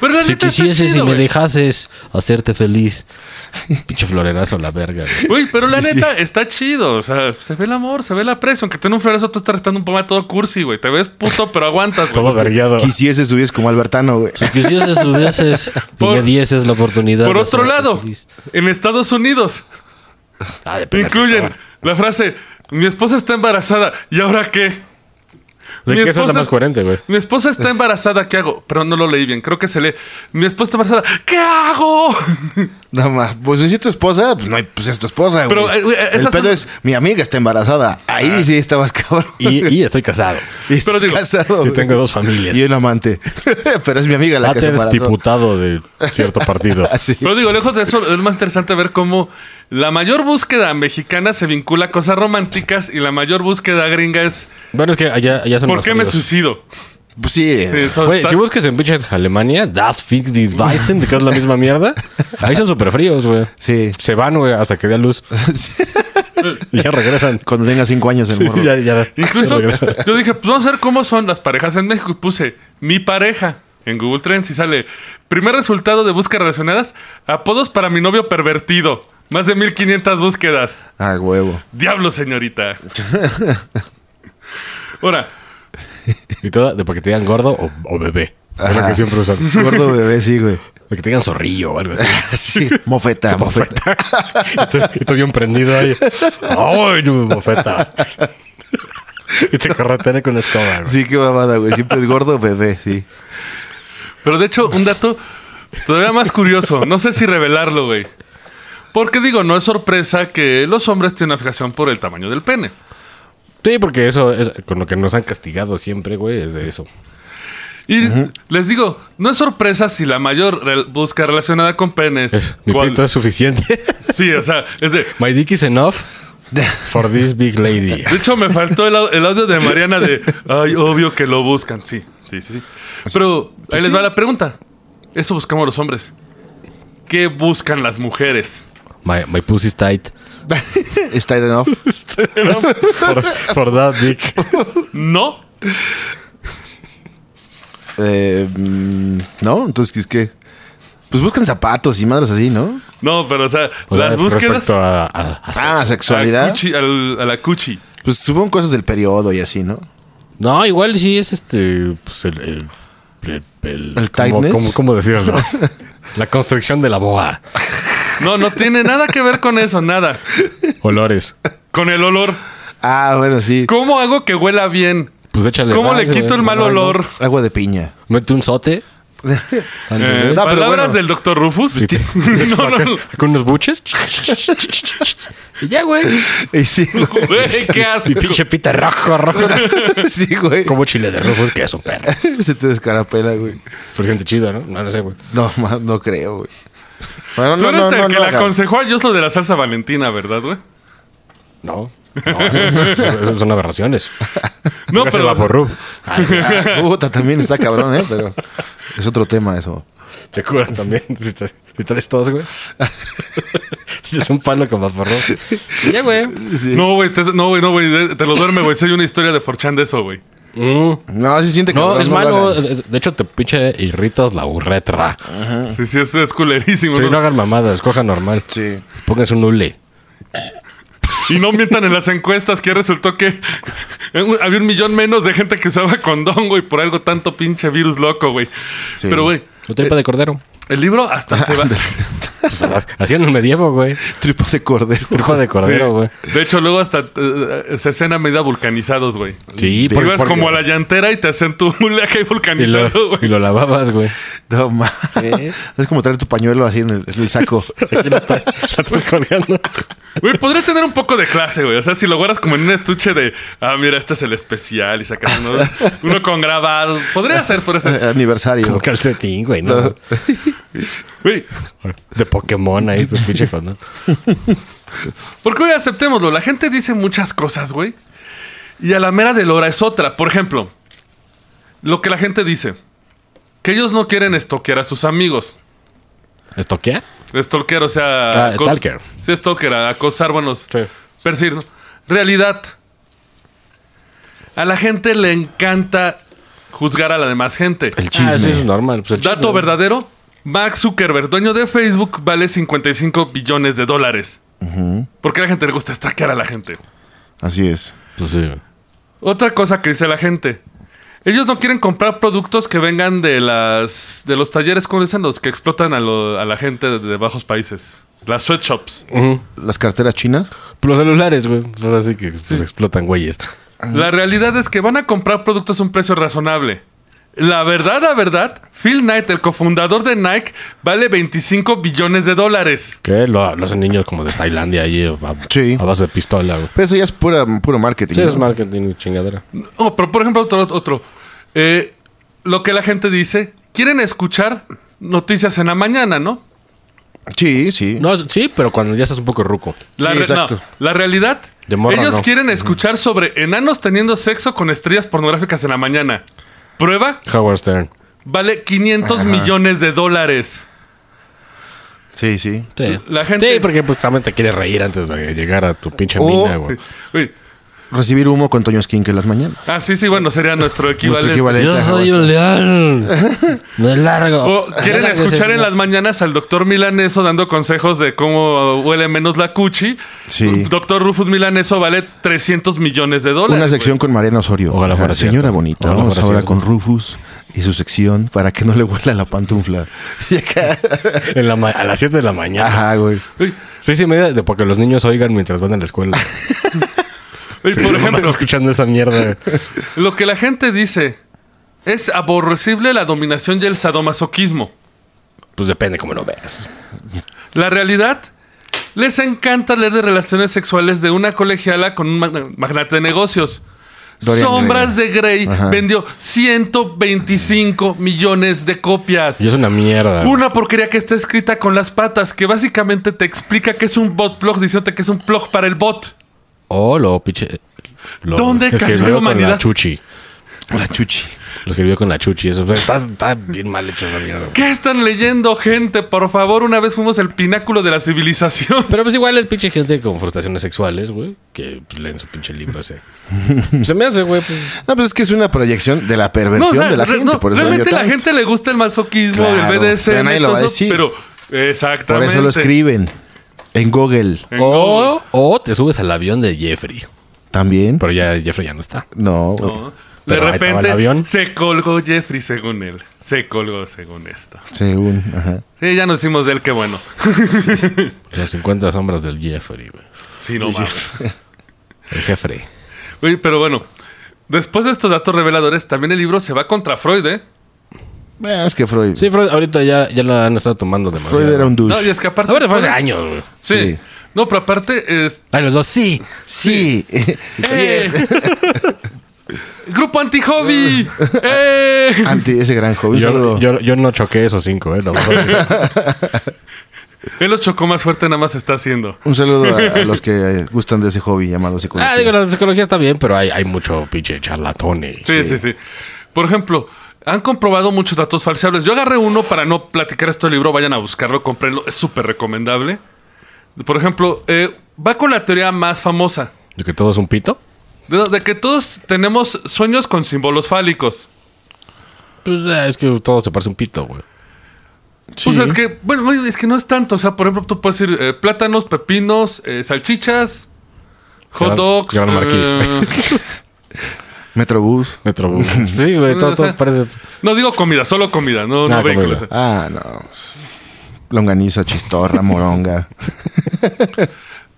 [SPEAKER 2] Pero la
[SPEAKER 4] Si
[SPEAKER 2] neta está
[SPEAKER 4] quisieses
[SPEAKER 2] chido,
[SPEAKER 4] y me
[SPEAKER 2] güey.
[SPEAKER 4] dejases hacerte feliz. Pinche florerazo, la verga, güey.
[SPEAKER 2] Uy, pero la neta está chido. O sea, se ve el amor, se ve la presión. Que tiene un florazo, tú estás restando un poema todo cursi, güey. Te ves puto, pero aguantas,
[SPEAKER 4] Todo
[SPEAKER 2] güey.
[SPEAKER 4] vergueado.
[SPEAKER 3] quisiese subir como Albertano, güey.
[SPEAKER 4] Si quisieses, hubieses y
[SPEAKER 2] Por-
[SPEAKER 4] me dieses la oportunidad.
[SPEAKER 2] Por
[SPEAKER 4] de
[SPEAKER 2] otro
[SPEAKER 4] hacerte
[SPEAKER 2] lado,
[SPEAKER 4] feliz.
[SPEAKER 2] en Estados Unidos
[SPEAKER 4] Ah, de pegarse
[SPEAKER 2] incluyen
[SPEAKER 4] todo.
[SPEAKER 2] la frase: Mi esposa está embarazada, ¿y ahora qué?
[SPEAKER 4] De
[SPEAKER 2] Mi
[SPEAKER 4] que esa es la
[SPEAKER 2] esposa-
[SPEAKER 4] más coherente, güey.
[SPEAKER 2] Mi esposa está embarazada, ¿qué hago? Perdón, no lo leí bien, creo que se lee. Mi esposa está embarazada, ¿qué hago?
[SPEAKER 3] Nada más. Pues si es tu esposa, pues, no hay, pues es tu esposa,
[SPEAKER 2] Pero,
[SPEAKER 3] güey.
[SPEAKER 2] eh, güey,
[SPEAKER 3] El
[SPEAKER 2] esas
[SPEAKER 3] pedo
[SPEAKER 2] son- Ah.
[SPEAKER 3] es, mi amiga está embarazada. Ahí sí estabas cabrón.
[SPEAKER 4] Y, y estoy casado.
[SPEAKER 3] Y estoy
[SPEAKER 2] Pero digo,
[SPEAKER 3] casado,
[SPEAKER 4] Y
[SPEAKER 3] güey.
[SPEAKER 4] tengo dos familias.
[SPEAKER 3] Y un amante. Pero es mi amiga la que se
[SPEAKER 4] Ater es
[SPEAKER 3] embarazó. Ah,
[SPEAKER 4] diputado de cierto partido.
[SPEAKER 3] Así.
[SPEAKER 2] Pero digo, lejos de eso, es más interesante ver cómo la mayor búsqueda mexicana se vincula a cosas románticas y la mayor búsqueda gringa es
[SPEAKER 4] Bueno, es que allá, allá son
[SPEAKER 2] ¿por
[SPEAKER 4] más
[SPEAKER 2] qué me
[SPEAKER 4] fríos.
[SPEAKER 2] suicido?
[SPEAKER 3] Pues sí.
[SPEAKER 2] Sí, eso
[SPEAKER 4] Güey,
[SPEAKER 2] está-
[SPEAKER 4] si buscas en pinche Alemania, Das Fink die Weizen, que es la misma mierda, ahí son súper fríos, güey.
[SPEAKER 3] Sí.
[SPEAKER 4] Se van, güey, hasta que dé a luz. y ya regresan.
[SPEAKER 3] Cuando tenga cinco años el morro.
[SPEAKER 4] Ya, ya.
[SPEAKER 2] eh, Incluso
[SPEAKER 4] regresan.
[SPEAKER 2] yo dije, pues vamos a ver cómo son las parejas en México y puse mi pareja en Google Trends y sale primer resultado de búsquedas relacionadas, apodos para mi novio pervertido. Más de 1500 búsquedas.
[SPEAKER 3] Ah, huevo.
[SPEAKER 2] Diablo, señorita. Ahora,
[SPEAKER 4] Y todo de para que te digan gordo o, o bebé. Es lo
[SPEAKER 3] Ajá.
[SPEAKER 4] que siempre usan.
[SPEAKER 3] Gordo bebé, sí, güey.
[SPEAKER 4] De que te digan zorrillo o algo así.
[SPEAKER 3] Sí. Mofeta, mofeta.
[SPEAKER 4] Ah, Bofeta. y, tú, y tú bien prendido ahí. ¡Ay, yo, bofeta! y te corretean con la escoba, güey.
[SPEAKER 3] Sí, qué babada, güey. Siempre es gordo bebé, sí.
[SPEAKER 2] pero de hecho, un dato todavía más curioso. No sé si revelarlo, güey. Porque digo, no es sorpresa que los hombres tienen una fijación por el tamaño del pene.
[SPEAKER 4] Sí, porque eso es con lo que nos han castigado siempre, güey, es de eso.
[SPEAKER 2] Y les digo, no es sorpresa si la mayor re- busca relacionada con penes.
[SPEAKER 4] Es, mi
[SPEAKER 2] cual-
[SPEAKER 4] pito es suficiente.
[SPEAKER 2] Sí, o sea, es de.
[SPEAKER 4] My dick is enough for this big lady.
[SPEAKER 2] De hecho, me faltó el, au- el audio de Mariana de. Ay, obvio que lo buscan. Sí, sí, sí. sí. Pero ahí les va la pregunta. Eso buscamos los hombres. ¿Qué buscan las mujeres?
[SPEAKER 4] My, my pussy's tight
[SPEAKER 3] Está enough.
[SPEAKER 4] for, for that dick.
[SPEAKER 2] No.
[SPEAKER 3] Eh, mm, ¿No? Entonces, ¿qué es qué? Pues buscan zapatos y madres así, ¿no?
[SPEAKER 2] No, pero o sea,
[SPEAKER 4] O sea,
[SPEAKER 2] las
[SPEAKER 4] es
[SPEAKER 2] búsquedas
[SPEAKER 4] Respecto a, a- a
[SPEAKER 3] Ah,
[SPEAKER 4] sexo.
[SPEAKER 3] sexualidad.
[SPEAKER 2] A, cuchi- al- a la cuchi.
[SPEAKER 3] Pues supongo cosas del periodo y así, ¿no?
[SPEAKER 4] No, igual sí es este. Pues el. El, el, el-
[SPEAKER 3] ¿El
[SPEAKER 4] ¿cómo-
[SPEAKER 3] tightness?
[SPEAKER 4] ¿cómo, cómo decirlo? la construcción de la boa.
[SPEAKER 2] No, no tiene nada que ver con eso, nada.
[SPEAKER 4] Olores.
[SPEAKER 2] Con el olor.
[SPEAKER 3] Ah, bueno, sí.
[SPEAKER 2] ¿Cómo hago que huela bien?
[SPEAKER 4] Pues échale.
[SPEAKER 2] ¿Cómo
[SPEAKER 4] gas,
[SPEAKER 2] le quito
[SPEAKER 4] güey,
[SPEAKER 2] el mal
[SPEAKER 4] no, no.
[SPEAKER 2] olor?
[SPEAKER 3] Agua de piña.
[SPEAKER 4] Mete un sote.
[SPEAKER 2] Eh,
[SPEAKER 3] No, pero
[SPEAKER 2] palabras
[SPEAKER 3] bueno.
[SPEAKER 2] del doctor Rufus.
[SPEAKER 4] Sí, te-
[SPEAKER 2] no, no, no.
[SPEAKER 4] Con unos buches. y ya, güey.
[SPEAKER 3] Y sí, güey.
[SPEAKER 2] Güey, qué asco.
[SPEAKER 4] Y pinche pita rojo, rojo.
[SPEAKER 3] sí, güey.
[SPEAKER 4] Como chile de rojo, que es un perro.
[SPEAKER 3] Se te descarapela, güey.
[SPEAKER 4] Por gente chida, ¿no? No, no sé, güey.
[SPEAKER 3] No, ma, no creo, güey. Bueno,
[SPEAKER 2] Tú
[SPEAKER 3] no,
[SPEAKER 2] eres
[SPEAKER 3] no,
[SPEAKER 2] el
[SPEAKER 3] no,
[SPEAKER 2] que
[SPEAKER 3] no
[SPEAKER 2] le
[SPEAKER 3] hagan.
[SPEAKER 2] aconsejó a Dios lo de la salsa valentina, ¿verdad, güey?
[SPEAKER 4] No. No, eso- eso- eso son aberraciones.
[SPEAKER 2] No,
[SPEAKER 4] Póngase
[SPEAKER 2] pero.
[SPEAKER 4] Vaporub. Ay,
[SPEAKER 3] Ah, Puta, también está cabrón, ¿eh? Pero es otro tema eso.
[SPEAKER 4] Te curan también. Si te, si te des tos, güey. Si es un palo con vaporrub. Y Ya, güey.
[SPEAKER 3] Sí.
[SPEAKER 2] No, güey, te- no, güey, no, güey, de- te lo duerme, güey. Si hay una historia de Forchan de eso, güey.
[SPEAKER 4] Mm.
[SPEAKER 3] No, sí siente
[SPEAKER 4] No,
[SPEAKER 3] cabrón,
[SPEAKER 4] es
[SPEAKER 3] lo
[SPEAKER 4] malo.
[SPEAKER 3] hagan.
[SPEAKER 4] De de hecho, te pinche irritas la burretra.
[SPEAKER 2] Sí, sí, eso es culerísimo.
[SPEAKER 4] Sí,
[SPEAKER 2] ¿no?
[SPEAKER 4] no hagan mamadas, coja normal.
[SPEAKER 3] Sí.
[SPEAKER 4] Pónganse un hule.
[SPEAKER 2] Y no mientan en las encuestas que resultó que había un millón menos de gente que usaba condón, güey, por algo tanto pinche virus loco, güey.
[SPEAKER 3] Sí.
[SPEAKER 2] Pero, güey,
[SPEAKER 4] No tripa de cordero.
[SPEAKER 2] el libro hasta se va.
[SPEAKER 4] Pues, haciendo un medievo, güey.
[SPEAKER 3] Tripa de cordero.
[SPEAKER 4] Tripa de cordero, güey.
[SPEAKER 2] De hecho, luego hasta eh, se cena media vulcanizados, güey.
[SPEAKER 4] Sí,
[SPEAKER 2] Te
[SPEAKER 4] por-
[SPEAKER 2] ibas
[SPEAKER 4] por-
[SPEAKER 2] como a la llantera y te hacen tu muleca y
[SPEAKER 4] y lo,
[SPEAKER 2] vulcanizado,
[SPEAKER 4] y
[SPEAKER 2] güey.
[SPEAKER 4] lo lavabas, güey.
[SPEAKER 3] No, ma. Es como traer tu pañuelo así en el, en el saco.
[SPEAKER 4] La tra- la traes colgando.
[SPEAKER 2] Güey, podría tener un poco de clase, güey. O sea, si lo guardas como en un estuche de, ah, mira, este es el especial y sacas uno, uno con grabado. Podría ser por eso.
[SPEAKER 3] Aniversario.
[SPEAKER 4] Como calcetín, güey. ¿no?
[SPEAKER 3] No.
[SPEAKER 2] Güey,
[SPEAKER 4] De Pokémon ahí, tu pinche condón.
[SPEAKER 2] Porque, güey, aceptémoslo. La gente dice muchas cosas, güey. Y a la mera de la hora es otra. Por ejemplo, lo que la gente dice. Que ellos no quieren estoquear a sus amigos.
[SPEAKER 4] ¿Estoquea?
[SPEAKER 2] Stalker, o sea...
[SPEAKER 4] Ah,
[SPEAKER 2] acos-
[SPEAKER 4] stalker.
[SPEAKER 2] Sí, stalker, a- acosar, bueno,
[SPEAKER 4] Sí.
[SPEAKER 2] perseguir. ¿no? Realidad. A la gente le encanta juzgar a la demás gente.
[SPEAKER 3] El chisme.
[SPEAKER 4] Ah, sí, eso es normal. Pues el
[SPEAKER 2] Dato
[SPEAKER 4] chisme.
[SPEAKER 2] verdadero. Mark Zuckerberg, dueño de Facebook, vale 55 billones de dólares. ¿Por qué a la gente le gusta stalkear a la gente?
[SPEAKER 3] Así es.
[SPEAKER 4] Pues sí.
[SPEAKER 2] Otra cosa que dice la gente. Ellos no quieren comprar productos que vengan de las de los talleres, ¿cómo dicen? Los que explotan a, lo- a la gente de, de bajos países. Las sweatshops.
[SPEAKER 4] Ujú.
[SPEAKER 3] Las carteras chinas.
[SPEAKER 4] Pues Los celulares, güey. Pues Ahora sí que pues, explotan, güeyes.
[SPEAKER 2] La realidad es que van a comprar productos a un precio razonable. La verdad, la verdad, Phil Knight, el cofundador de Nike, vale 25 billones de dólares.
[SPEAKER 4] Que lo, lo hacen niños como de Tailandia ahí a,
[SPEAKER 3] Sí.
[SPEAKER 4] a base de pistola, güey.
[SPEAKER 3] Pero eso ya es pura, puro marketing.
[SPEAKER 4] Sí, es
[SPEAKER 3] ¿no?
[SPEAKER 4] marketing y chingadera.
[SPEAKER 2] Oh, pero por ejemplo, otro. otro. Eh, lo que la gente dice, quieren escuchar noticias en la mañana, ¿no?
[SPEAKER 3] Sí, sí.
[SPEAKER 4] No, sí, pero cuando ya estás un poco ruco.
[SPEAKER 2] La,
[SPEAKER 3] Sí,
[SPEAKER 2] re-
[SPEAKER 3] exacto.
[SPEAKER 2] no, la realidad,
[SPEAKER 4] De morra,
[SPEAKER 2] ellos
[SPEAKER 4] no.
[SPEAKER 2] quieren escuchar sobre enanos teniendo sexo con estrellas pornográficas en la mañana. Prueba,
[SPEAKER 4] Howard Stern.
[SPEAKER 2] vale 500 millones de dólares.
[SPEAKER 3] Sí, sí.
[SPEAKER 4] Sí.
[SPEAKER 2] La gente-
[SPEAKER 4] Sí, porque pues también te quiere reír antes de llegar a tu pinche
[SPEAKER 3] O-
[SPEAKER 4] mina, güey.
[SPEAKER 2] Uy,
[SPEAKER 3] Recibir humo con Toño Skin que las mañanas.
[SPEAKER 2] Ah, sí, sí, bueno, sería nuestro equivalente.
[SPEAKER 3] Nuestro equivalente. a Howard.
[SPEAKER 4] un león. No es largo.
[SPEAKER 2] O quieren escuchar en las mañanas al doctor Milaneso dando consejos de cómo huele menos la cuchi.
[SPEAKER 3] Sí.
[SPEAKER 2] Doctor Rufus Milaneso vale 300 millones de dólares.
[SPEAKER 3] Una sección con Mariana Osorio.
[SPEAKER 4] Ojalá fuera
[SPEAKER 3] Ah, señora
[SPEAKER 4] cierto.
[SPEAKER 3] bonita.
[SPEAKER 4] Ojalá
[SPEAKER 3] Vamos
[SPEAKER 4] fuera
[SPEAKER 3] ahora
[SPEAKER 4] cierto.
[SPEAKER 3] con Rufus y su sección para que no le huela la pantufla. Y acá-
[SPEAKER 4] En la ma- a las 7 de la mañana.
[SPEAKER 3] Ajá, güey.
[SPEAKER 4] Sí, sí, media de porque los niños oigan mientras van a la escuela.
[SPEAKER 2] Uy, por
[SPEAKER 4] Por ejemplo,
[SPEAKER 2] ejemplo,
[SPEAKER 4] escuchando esa mierda.
[SPEAKER 2] Lo que la gente dice es aborrecible la dominación y el sadomasoquismo.
[SPEAKER 4] Pues depende cómo lo veas.
[SPEAKER 2] La realidad, les encanta leer de relaciones sexuales de una colegiala con un magna- magnate de negocios.
[SPEAKER 3] Dorian
[SPEAKER 2] Sombras
[SPEAKER 3] Gray.
[SPEAKER 2] de Grey
[SPEAKER 3] Ajá.
[SPEAKER 2] vendió 125 millones de copias.
[SPEAKER 4] Y es una mierda.
[SPEAKER 2] Una porquería que está escrita con las patas, que básicamente te explica que es un bot blog diciéndote que es un blog para el bot.
[SPEAKER 4] Oh, lo pinche. lo
[SPEAKER 2] ¿Dónde
[SPEAKER 4] que
[SPEAKER 2] cayó la
[SPEAKER 4] veo con
[SPEAKER 2] humanidad?
[SPEAKER 4] chuchi.
[SPEAKER 3] La chuchi.
[SPEAKER 4] Lo escribió con la chuchi. Eso Pues, está, está bien mal hecho esa mierda. güey.
[SPEAKER 2] ¿Qué están leyendo, gente? Por favor, una vez fuimos el pináculo de la civilización.
[SPEAKER 4] Pero pues igual es pinche gente con frustraciones sexuales, güey. Que pues, leen su pinche libro ese. Se me hace, güey. Pues,
[SPEAKER 3] No, pues es que es una proyección de la
[SPEAKER 2] No, o
[SPEAKER 3] perversión
[SPEAKER 2] sea,
[SPEAKER 3] de la
[SPEAKER 2] re-
[SPEAKER 3] gente.
[SPEAKER 2] no,
[SPEAKER 3] por eso
[SPEAKER 2] realmente
[SPEAKER 3] odio
[SPEAKER 2] la
[SPEAKER 3] tanto.
[SPEAKER 2] gente le gusta el masoquismo,
[SPEAKER 3] Claro,
[SPEAKER 2] el BDSM,
[SPEAKER 3] pero nadie lo va a
[SPEAKER 2] todo eso,
[SPEAKER 3] decir.
[SPEAKER 2] pero
[SPEAKER 3] Por
[SPEAKER 2] exactamente.
[SPEAKER 3] eso lo escriben. En Google.
[SPEAKER 2] En
[SPEAKER 4] o, o te subes al avión de Jeffrey.
[SPEAKER 3] También.
[SPEAKER 4] Pero ya Jeffrey ya no está.
[SPEAKER 3] No.
[SPEAKER 2] Google,
[SPEAKER 3] güey.
[SPEAKER 2] ¿no? De
[SPEAKER 4] Pero ahí estaba el
[SPEAKER 2] repente
[SPEAKER 4] avión.
[SPEAKER 2] se colgó Jeffrey según él. Se colgó según esto.
[SPEAKER 3] Según. Ajá.
[SPEAKER 2] Sí, ya nos hicimos de él, qué bueno.
[SPEAKER 4] Las 50 sombras del Jeffrey, güey.
[SPEAKER 2] Sí, no mames.
[SPEAKER 4] El Jeffrey.
[SPEAKER 2] Oye, pero bueno, después de estos datos reveladores, también el libro se va contra Freud, ¿eh?
[SPEAKER 3] Bueno, es que Freud.
[SPEAKER 4] Sí, Freud, ahorita ya, ya lo han estado tomando demasiado.
[SPEAKER 3] Freud era un douche.
[SPEAKER 2] No, y es que aparte.
[SPEAKER 4] No, pero fue hace
[SPEAKER 2] Freud-
[SPEAKER 4] años, güey.
[SPEAKER 2] Sí.
[SPEAKER 3] Sí.
[SPEAKER 2] No, pero aparte, es,
[SPEAKER 4] Ay, los dos, sí.
[SPEAKER 3] Sí.
[SPEAKER 2] ¡Eh! ¡Grupo anti-hobby! ¡Eh!
[SPEAKER 3] Ante ese gran joven. Un
[SPEAKER 4] Yo,
[SPEAKER 3] saludo.
[SPEAKER 4] yo, yo no choqué esos cinco, ¿eh? Lo mejor que sea.
[SPEAKER 2] Él los chocó más fuerte, nada más está haciendo.
[SPEAKER 3] Un saludo a, a los que eh, gustan de ese hobby llamado psicología.
[SPEAKER 4] ah, digo, la psicología está bien, pero hay, hay mucho pinche charlatones.
[SPEAKER 2] Sí, sí, sí, Por ejemplo, han comprobado muchos datos falseables. Yo agarré uno para no platicar esto del libro. Vayan a buscarlo, comprenlo. Es súper recomendable. Por ejemplo, eh, va con la teoría más famosa.
[SPEAKER 4] ¿De que todo es un pito?
[SPEAKER 2] De, de que todos tenemos sueños con símbolos fálicos.
[SPEAKER 4] Pues eh, es que todo se parece un pito, güey.
[SPEAKER 2] Pues es que, bueno, bueno, es que no es tanto. O sea, por ejemplo, tú puedes decir eh, plátanos, pepinos, eh, salchichas, hot
[SPEAKER 4] Gran-
[SPEAKER 2] dogs.
[SPEAKER 4] Gran
[SPEAKER 2] eh,
[SPEAKER 4] Marquis.
[SPEAKER 3] Metrobús.
[SPEAKER 4] Metro. Sí, güey, todo, todo parece.
[SPEAKER 2] no digo comida, solo comida, no,
[SPEAKER 4] Ah,
[SPEAKER 2] no vehículos.
[SPEAKER 4] comida.
[SPEAKER 3] Ah, no. Longaniza, chistorra, moronga.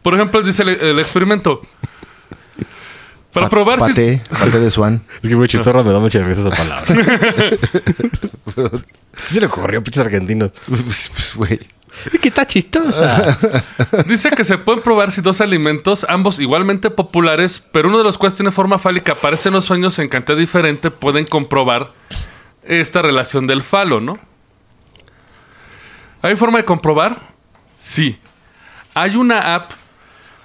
[SPEAKER 2] Por ejemplo, dice el, el experimento. Para
[SPEAKER 3] Pa-
[SPEAKER 2] probar si-
[SPEAKER 3] paté, paté de Swan.
[SPEAKER 4] Es que, güey, chistorra me da muchas veces esa palabra. ¿Qué se le ocurrió, pinches argentinos?
[SPEAKER 3] Pues, güey.
[SPEAKER 4] Es que está chistosa.
[SPEAKER 2] Dice que se pueden probar si dos alimentos, ambos igualmente populares, pero uno de los cuales tiene forma fálica, aparece en los sueños en cantidad diferente, pueden comprobar esta relación del falo, ¿no? ¿Hay forma de comprobar? Sí. Hay una app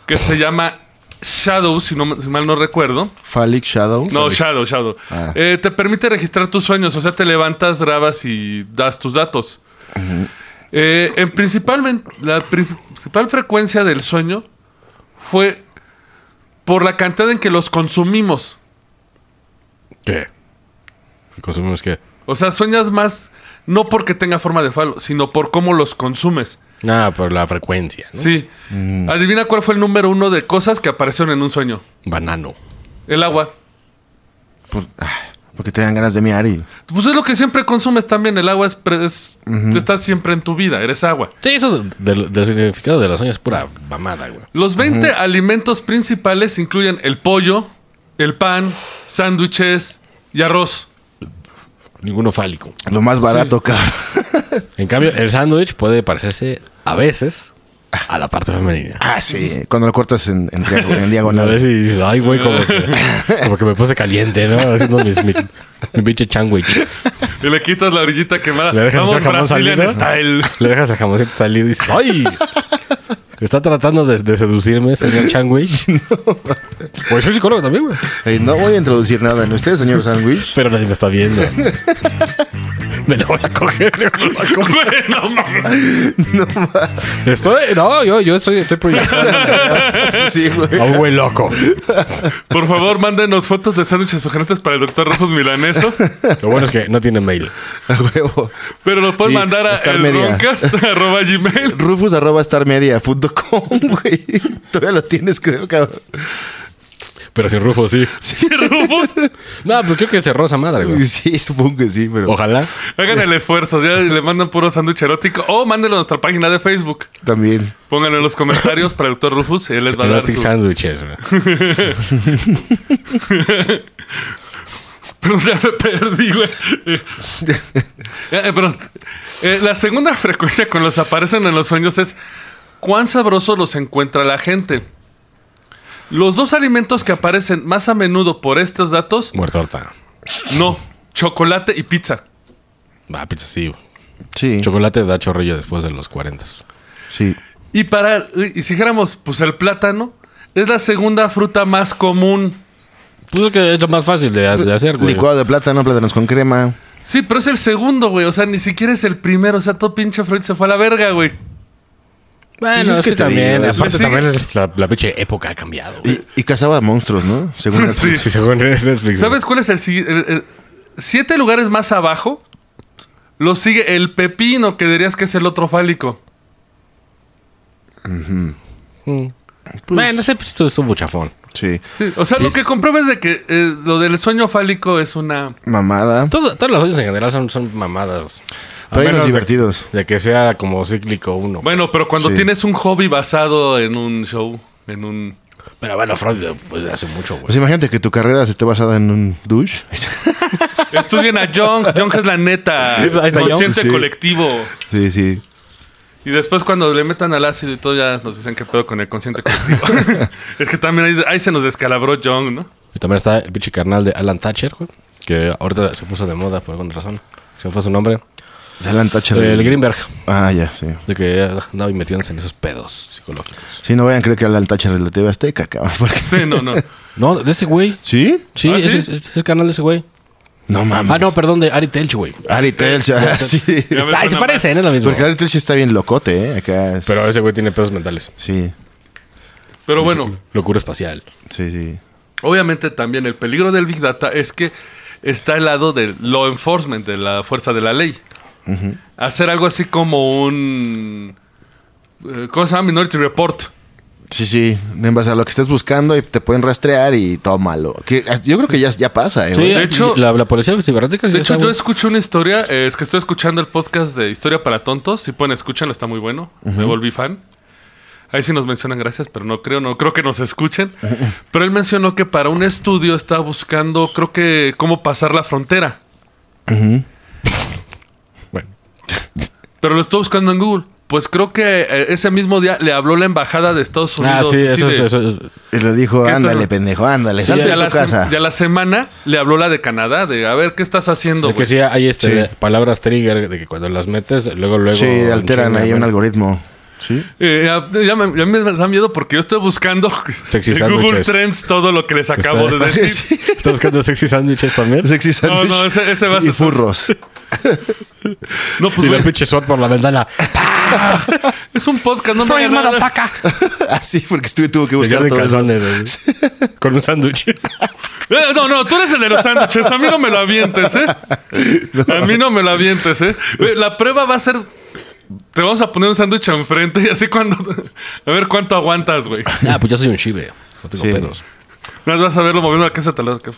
[SPEAKER 2] que se llama Shadow, si, no, si mal no recuerdo.
[SPEAKER 3] Phallic Shadow.
[SPEAKER 2] No, Shadow, Shadow.
[SPEAKER 3] Ah.
[SPEAKER 2] Eh, te permite registrar tus sueños, o sea, te levantas, grabas y das tus datos. Eh, en principalmente, la pri- principal frecuencia del sueño fue por la cantidad en que los consumimos.
[SPEAKER 4] ¿Qué? ¿Y consumimos qué?
[SPEAKER 2] O sea, sueñas más no porque tenga forma de falo, sino por cómo los consumes.
[SPEAKER 4] Nada, por la frecuencia, ¿no?
[SPEAKER 2] Sí. Adivina cuál fue el número uno de cosas que aparecieron en un sueño.
[SPEAKER 4] Banano.
[SPEAKER 2] El agua.
[SPEAKER 3] Por- ah, porque te dan ganas de miar y.
[SPEAKER 2] Pues es lo que siempre consumes también. El agua es, pre- es- está siempre en tu vida. Eres agua.
[SPEAKER 4] Sí, eso de- del, del significado de los sueños es pura mamada, güey.
[SPEAKER 2] Los 20 alimentos principales incluyen el pollo, el pan, sándwiches y arroz.
[SPEAKER 4] Ninguno fálico.
[SPEAKER 3] Lo más barato, cabrón.
[SPEAKER 4] En cambio, el sándwich puede parecerse a veces a la parte femenina.
[SPEAKER 3] Ah, sí. Cuando lo cortas en, en triángulo- en
[SPEAKER 4] Una
[SPEAKER 3] diagonal.
[SPEAKER 4] vez y dices, ay, güey, como que, como que me puse caliente, ¿no? Haciendo mis, mi, mi pinche sandwich.
[SPEAKER 2] Y le quitas la orillita quemada.
[SPEAKER 4] Le dejas
[SPEAKER 2] Vamos,
[SPEAKER 4] el jamón
[SPEAKER 2] Brazilian
[SPEAKER 4] salido.
[SPEAKER 2] style.
[SPEAKER 4] Le dejas el jamoncito salir y dices, ay, está tratando de, de seducirme, señor sandwich. Pues soy psicólogo también, güey.
[SPEAKER 3] Eh, no voy a introducir nada en usted, señor Sandwich.
[SPEAKER 4] Pero nadie me está viendo. Me lo voy a coger, me lo voy a coger.
[SPEAKER 2] Güey, no mames.
[SPEAKER 4] Estoy, no, yo, yo estoy, estoy proyectando
[SPEAKER 3] Sí, güey.
[SPEAKER 4] a un güey loco.
[SPEAKER 2] Por favor, mándenos fotos de sándwiches sugerentes para el doctor Rojos Milaneso.
[SPEAKER 4] Lo bueno es que no tiene mail.
[SPEAKER 3] A huevo.
[SPEAKER 2] Pero los puedes
[SPEAKER 3] Sí,
[SPEAKER 2] mandar a
[SPEAKER 3] estar media.
[SPEAKER 2] elroncast.gmail.
[SPEAKER 3] Rufus arroba starmedia.com, güey. Todavía lo tienes, creo, cabrón.
[SPEAKER 4] Pero sin Rufo, sí.
[SPEAKER 2] Sí, Rufus,
[SPEAKER 4] No, pues creo que cerró esa madre, güey.
[SPEAKER 3] Sí, supongo que sí, pero
[SPEAKER 4] Ojalá.
[SPEAKER 2] Hagan el esfuerzo. Ya le mandan puro sándwich erótico. O mándenlo a nuestra página de Facebook.
[SPEAKER 3] también.
[SPEAKER 2] Pónganlo en los comentarios para el doctor Rufus. Él les va a dar
[SPEAKER 4] Erotic
[SPEAKER 2] su,
[SPEAKER 4] sandwiches, güey.
[SPEAKER 2] Perdón, ya me perdí, güey. Eh, eh, perdón. Eh, la segunda frecuencia con los aparecen en los sueños es cuán sabrosos los encuentra la gente. Los dos alimentos que aparecen más a menudo por estos datos,
[SPEAKER 4] Muertorta.
[SPEAKER 2] no, chocolate y pizza.
[SPEAKER 4] Va, pizza sí. güey.
[SPEAKER 3] Sí,
[SPEAKER 4] Chocolate da chorrillo después de los 40.
[SPEAKER 3] sí.
[SPEAKER 2] Y para, y si dijéramos, pues el plátano es la segunda fruta más común.
[SPEAKER 4] Pues es que es lo más fácil de, de hacer, güey.
[SPEAKER 3] Licuado de plátano, plátanos con crema.
[SPEAKER 2] Sí, pero es el segundo, güey. O sea, ni siquiera es el primero. O sea, todo pinche Freud se fue a la verga, güey.
[SPEAKER 4] Bueno,
[SPEAKER 3] Pues es
[SPEAKER 4] es que
[SPEAKER 3] que te
[SPEAKER 4] también,
[SPEAKER 3] digo, es-
[SPEAKER 4] aparte
[SPEAKER 2] Sí.
[SPEAKER 4] también el- la, la pinche época ha cambiado, güey.
[SPEAKER 3] Y, y cazaba monstruos, ¿no? Según la-
[SPEAKER 4] Sí, según Netflix.
[SPEAKER 2] ¿Sabes cuál es el, sigui- el- el- siete lugares más abajo? Lo sigue el pepino, que dirías que es el otro fálico.
[SPEAKER 4] bueno, ese pues, estuvo, estuvo chafón.
[SPEAKER 3] Sí.
[SPEAKER 2] Sí, o sea, lo que comprueba es de que eh, lo del sueño fálico es una...
[SPEAKER 3] Mamada.
[SPEAKER 4] Todo- todos los años en general son, son mamadas. A
[SPEAKER 3] Pero hay
[SPEAKER 4] menos
[SPEAKER 3] unos
[SPEAKER 4] de-
[SPEAKER 3] divertidos.
[SPEAKER 4] De, que sea como cíclico uno.
[SPEAKER 2] Bueno, pero cuando
[SPEAKER 3] Sí.
[SPEAKER 2] tienes un hobby basado en un show, en un...
[SPEAKER 4] Pero bueno, Freud pues, hace mucho, güey.
[SPEAKER 3] Pues imagínate que tu carrera se esté basada en un douche.
[SPEAKER 2] Estudien a Young, Young es la neta,
[SPEAKER 4] Sí, ahí está Young.
[SPEAKER 2] consciente
[SPEAKER 3] Sí.
[SPEAKER 2] colectivo.
[SPEAKER 3] Sí, sí.
[SPEAKER 2] Y después cuando le metan al ácido y todo ya nos dicen qué pedo con el consciente colectivo. es que también ahí, ahí se nos descalabró Young, ¿no?
[SPEAKER 4] Y también está el pinche carnal de Alan Thatcher, güey. Que ahorita se puso de moda por alguna razón. Se me fue su nombre.
[SPEAKER 3] Alan Thatcher.
[SPEAKER 4] El Greenberg.
[SPEAKER 3] Ah, ya, sí.
[SPEAKER 4] De que andaba metiéndose en esos pedos psicológicos.
[SPEAKER 3] Sí, no vayan a creer que Alan Thatcher es la TV Azteca, cabrón. porque-
[SPEAKER 2] Sí, no, no.
[SPEAKER 4] No, de ese güey.
[SPEAKER 3] ¿Sí?
[SPEAKER 4] Sí,
[SPEAKER 2] ¿Ah,
[SPEAKER 4] ese-
[SPEAKER 2] sí?
[SPEAKER 4] ese es el canal de ese güey.
[SPEAKER 3] No mames.
[SPEAKER 4] Ah, no, perdón, de Ari Telch, güey.
[SPEAKER 3] Ari Telch, ah, sí.
[SPEAKER 2] Ya ves,
[SPEAKER 4] Ay, se
[SPEAKER 2] suena
[SPEAKER 4] parecen, es lo mismo.
[SPEAKER 3] Porque Ari Telch está bien locote, ¿eh? Acá. es-
[SPEAKER 4] Pero ese güey tiene pedos mentales.
[SPEAKER 3] Sí,
[SPEAKER 2] más. Pero bueno,
[SPEAKER 4] Locura espacial.
[SPEAKER 3] sí, sí.
[SPEAKER 2] Obviamente también el peligro del Big Data es que está al lado del law enforcement, de la fuerza de la ley. Hacer algo así como un... eh, ¿Cómo se llama? Minority Report.
[SPEAKER 3] Sí, sí. En base a lo que estés buscando y te pueden rastrear y tómalo. Que, yo creo que ya, ya pasa, ¿eh?
[SPEAKER 4] Sí,
[SPEAKER 3] güey.
[SPEAKER 2] de hecho-
[SPEAKER 4] la, la policía cibernética. sí
[SPEAKER 2] De hecho,
[SPEAKER 4] está
[SPEAKER 2] yo
[SPEAKER 4] muy-
[SPEAKER 2] escuché una historia, eh, es que estoy escuchando el podcast de Historia para Tontos. Si pueden, escúchenlo, está muy bueno. Me volví fan. Ahí sí nos mencionan gracias, pero no creo, no creo que nos escuchen. Pero él mencionó que para un estudio estaba buscando, creo que, cómo pasar la frontera.
[SPEAKER 4] Bueno.
[SPEAKER 2] Pero lo estoy buscando en Google. Pues creo que eh, ese mismo día le habló la embajada de Estados Unidos.
[SPEAKER 4] Ah, sí,
[SPEAKER 2] así
[SPEAKER 4] eso,
[SPEAKER 2] de-
[SPEAKER 4] es- eso es-
[SPEAKER 3] Y le dijo,
[SPEAKER 2] Que esto
[SPEAKER 3] ándale,
[SPEAKER 2] no-
[SPEAKER 3] pendejo, ándale,
[SPEAKER 2] Sí,
[SPEAKER 3] salte
[SPEAKER 2] y a
[SPEAKER 3] de
[SPEAKER 2] la
[SPEAKER 3] tu casa.
[SPEAKER 2] sem- y a la semana le habló la de Canadá, de a ver, ¿qué estás haciendo?
[SPEAKER 4] de que
[SPEAKER 2] güey?
[SPEAKER 4] sí hay este,
[SPEAKER 3] Sí.
[SPEAKER 4] de- palabras trigger de que cuando las metes, luego, luego.
[SPEAKER 3] Sí, alteran ahí un
[SPEAKER 4] algo.
[SPEAKER 3] algoritmo. Sí.
[SPEAKER 2] Eh, ya, ya me, ya me da miedo porque yo estoy buscando
[SPEAKER 4] Sexy
[SPEAKER 2] en Google
[SPEAKER 4] sándwiches.
[SPEAKER 2] Trends todo lo que les acabo de decir.
[SPEAKER 4] ¿Estás buscando sexy sándwiches también?
[SPEAKER 3] Sexy sándwich
[SPEAKER 2] no, ese- ese va a
[SPEAKER 3] y
[SPEAKER 2] ser-
[SPEAKER 3] furros.
[SPEAKER 2] No,
[SPEAKER 4] Y
[SPEAKER 2] pues
[SPEAKER 4] la
[SPEAKER 2] güey,
[SPEAKER 4] pinche SWAT por la ventana.
[SPEAKER 2] es un podcast, no me
[SPEAKER 4] Freud,
[SPEAKER 2] hagan nada.
[SPEAKER 4] motherfucker.
[SPEAKER 3] Así, porque estuve, tuvo que
[SPEAKER 4] Pues
[SPEAKER 3] buscar
[SPEAKER 4] ya de
[SPEAKER 3] todo eso.
[SPEAKER 4] calzones, güey. Con un sándwich.
[SPEAKER 2] Eh, No, no, tú eres el de los sándwiches. A mí no me lo avientes, ¿eh? A mí no me lo avientes, ¿eh? Eh, La prueba va a ser. Te vamos a poner un sándwich enfrente y así cuando. A ver cuánto aguantas, güey.
[SPEAKER 4] Ah, pues yo soy un chive. No tengo
[SPEAKER 3] Sí.
[SPEAKER 4] pedos.
[SPEAKER 2] Nada más vas a verlo moviendo la casa tal lado. que-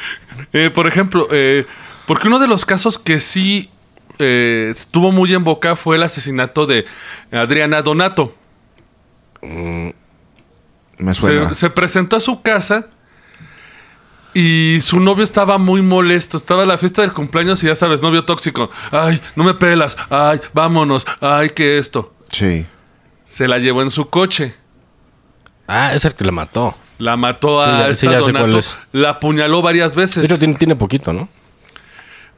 [SPEAKER 2] Eh, por ejemplo, eh, porque uno de los casos que sí eh, estuvo muy en boca fue el asesinato de Adriana Donato.
[SPEAKER 3] Me suena.
[SPEAKER 2] Se, se presentó a su casa y su novio estaba muy molesto. Estaba en la fiesta del cumpleaños y ya sabes, novio tóxico. Ay, no me pelas. Ay, vámonos. Ay, que esto.
[SPEAKER 3] Sí.
[SPEAKER 2] Se la llevó en su coche.
[SPEAKER 4] Ah, es el que la mató.
[SPEAKER 2] La mató a
[SPEAKER 4] Sí, ya- sí,
[SPEAKER 2] esta
[SPEAKER 4] ya sé
[SPEAKER 2] Donato.
[SPEAKER 4] cuál es.
[SPEAKER 2] La apuñaló varias
[SPEAKER 4] De
[SPEAKER 2] veces.
[SPEAKER 4] hecho, tiene, tiene poquito, ¿no?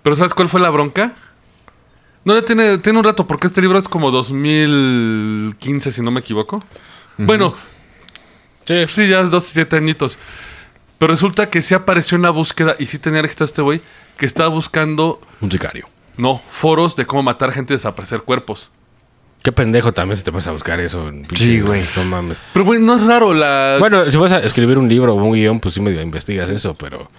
[SPEAKER 2] Pero ¿sabes cuál fue la bronca? No, ya tiene, tiene un rato, porque este libro es como 2015, si no me equivoco. Bueno,
[SPEAKER 4] Sí.
[SPEAKER 2] sí, ya es 12, 7 añitos. Pero resulta que sí apareció en la búsqueda y sí tenía éxito este güey, que estaba buscando,
[SPEAKER 4] Un sicario.
[SPEAKER 2] no, foros de cómo matar gente y desaparecer cuerpos.
[SPEAKER 4] Qué pendejo también si te pones a buscar eso.
[SPEAKER 3] Sí, güey.
[SPEAKER 4] No mames.
[SPEAKER 2] Pero güey, no es raro la...
[SPEAKER 4] Bueno, si vas a escribir un libro o un guión, pues sí medio investigas eso, pero,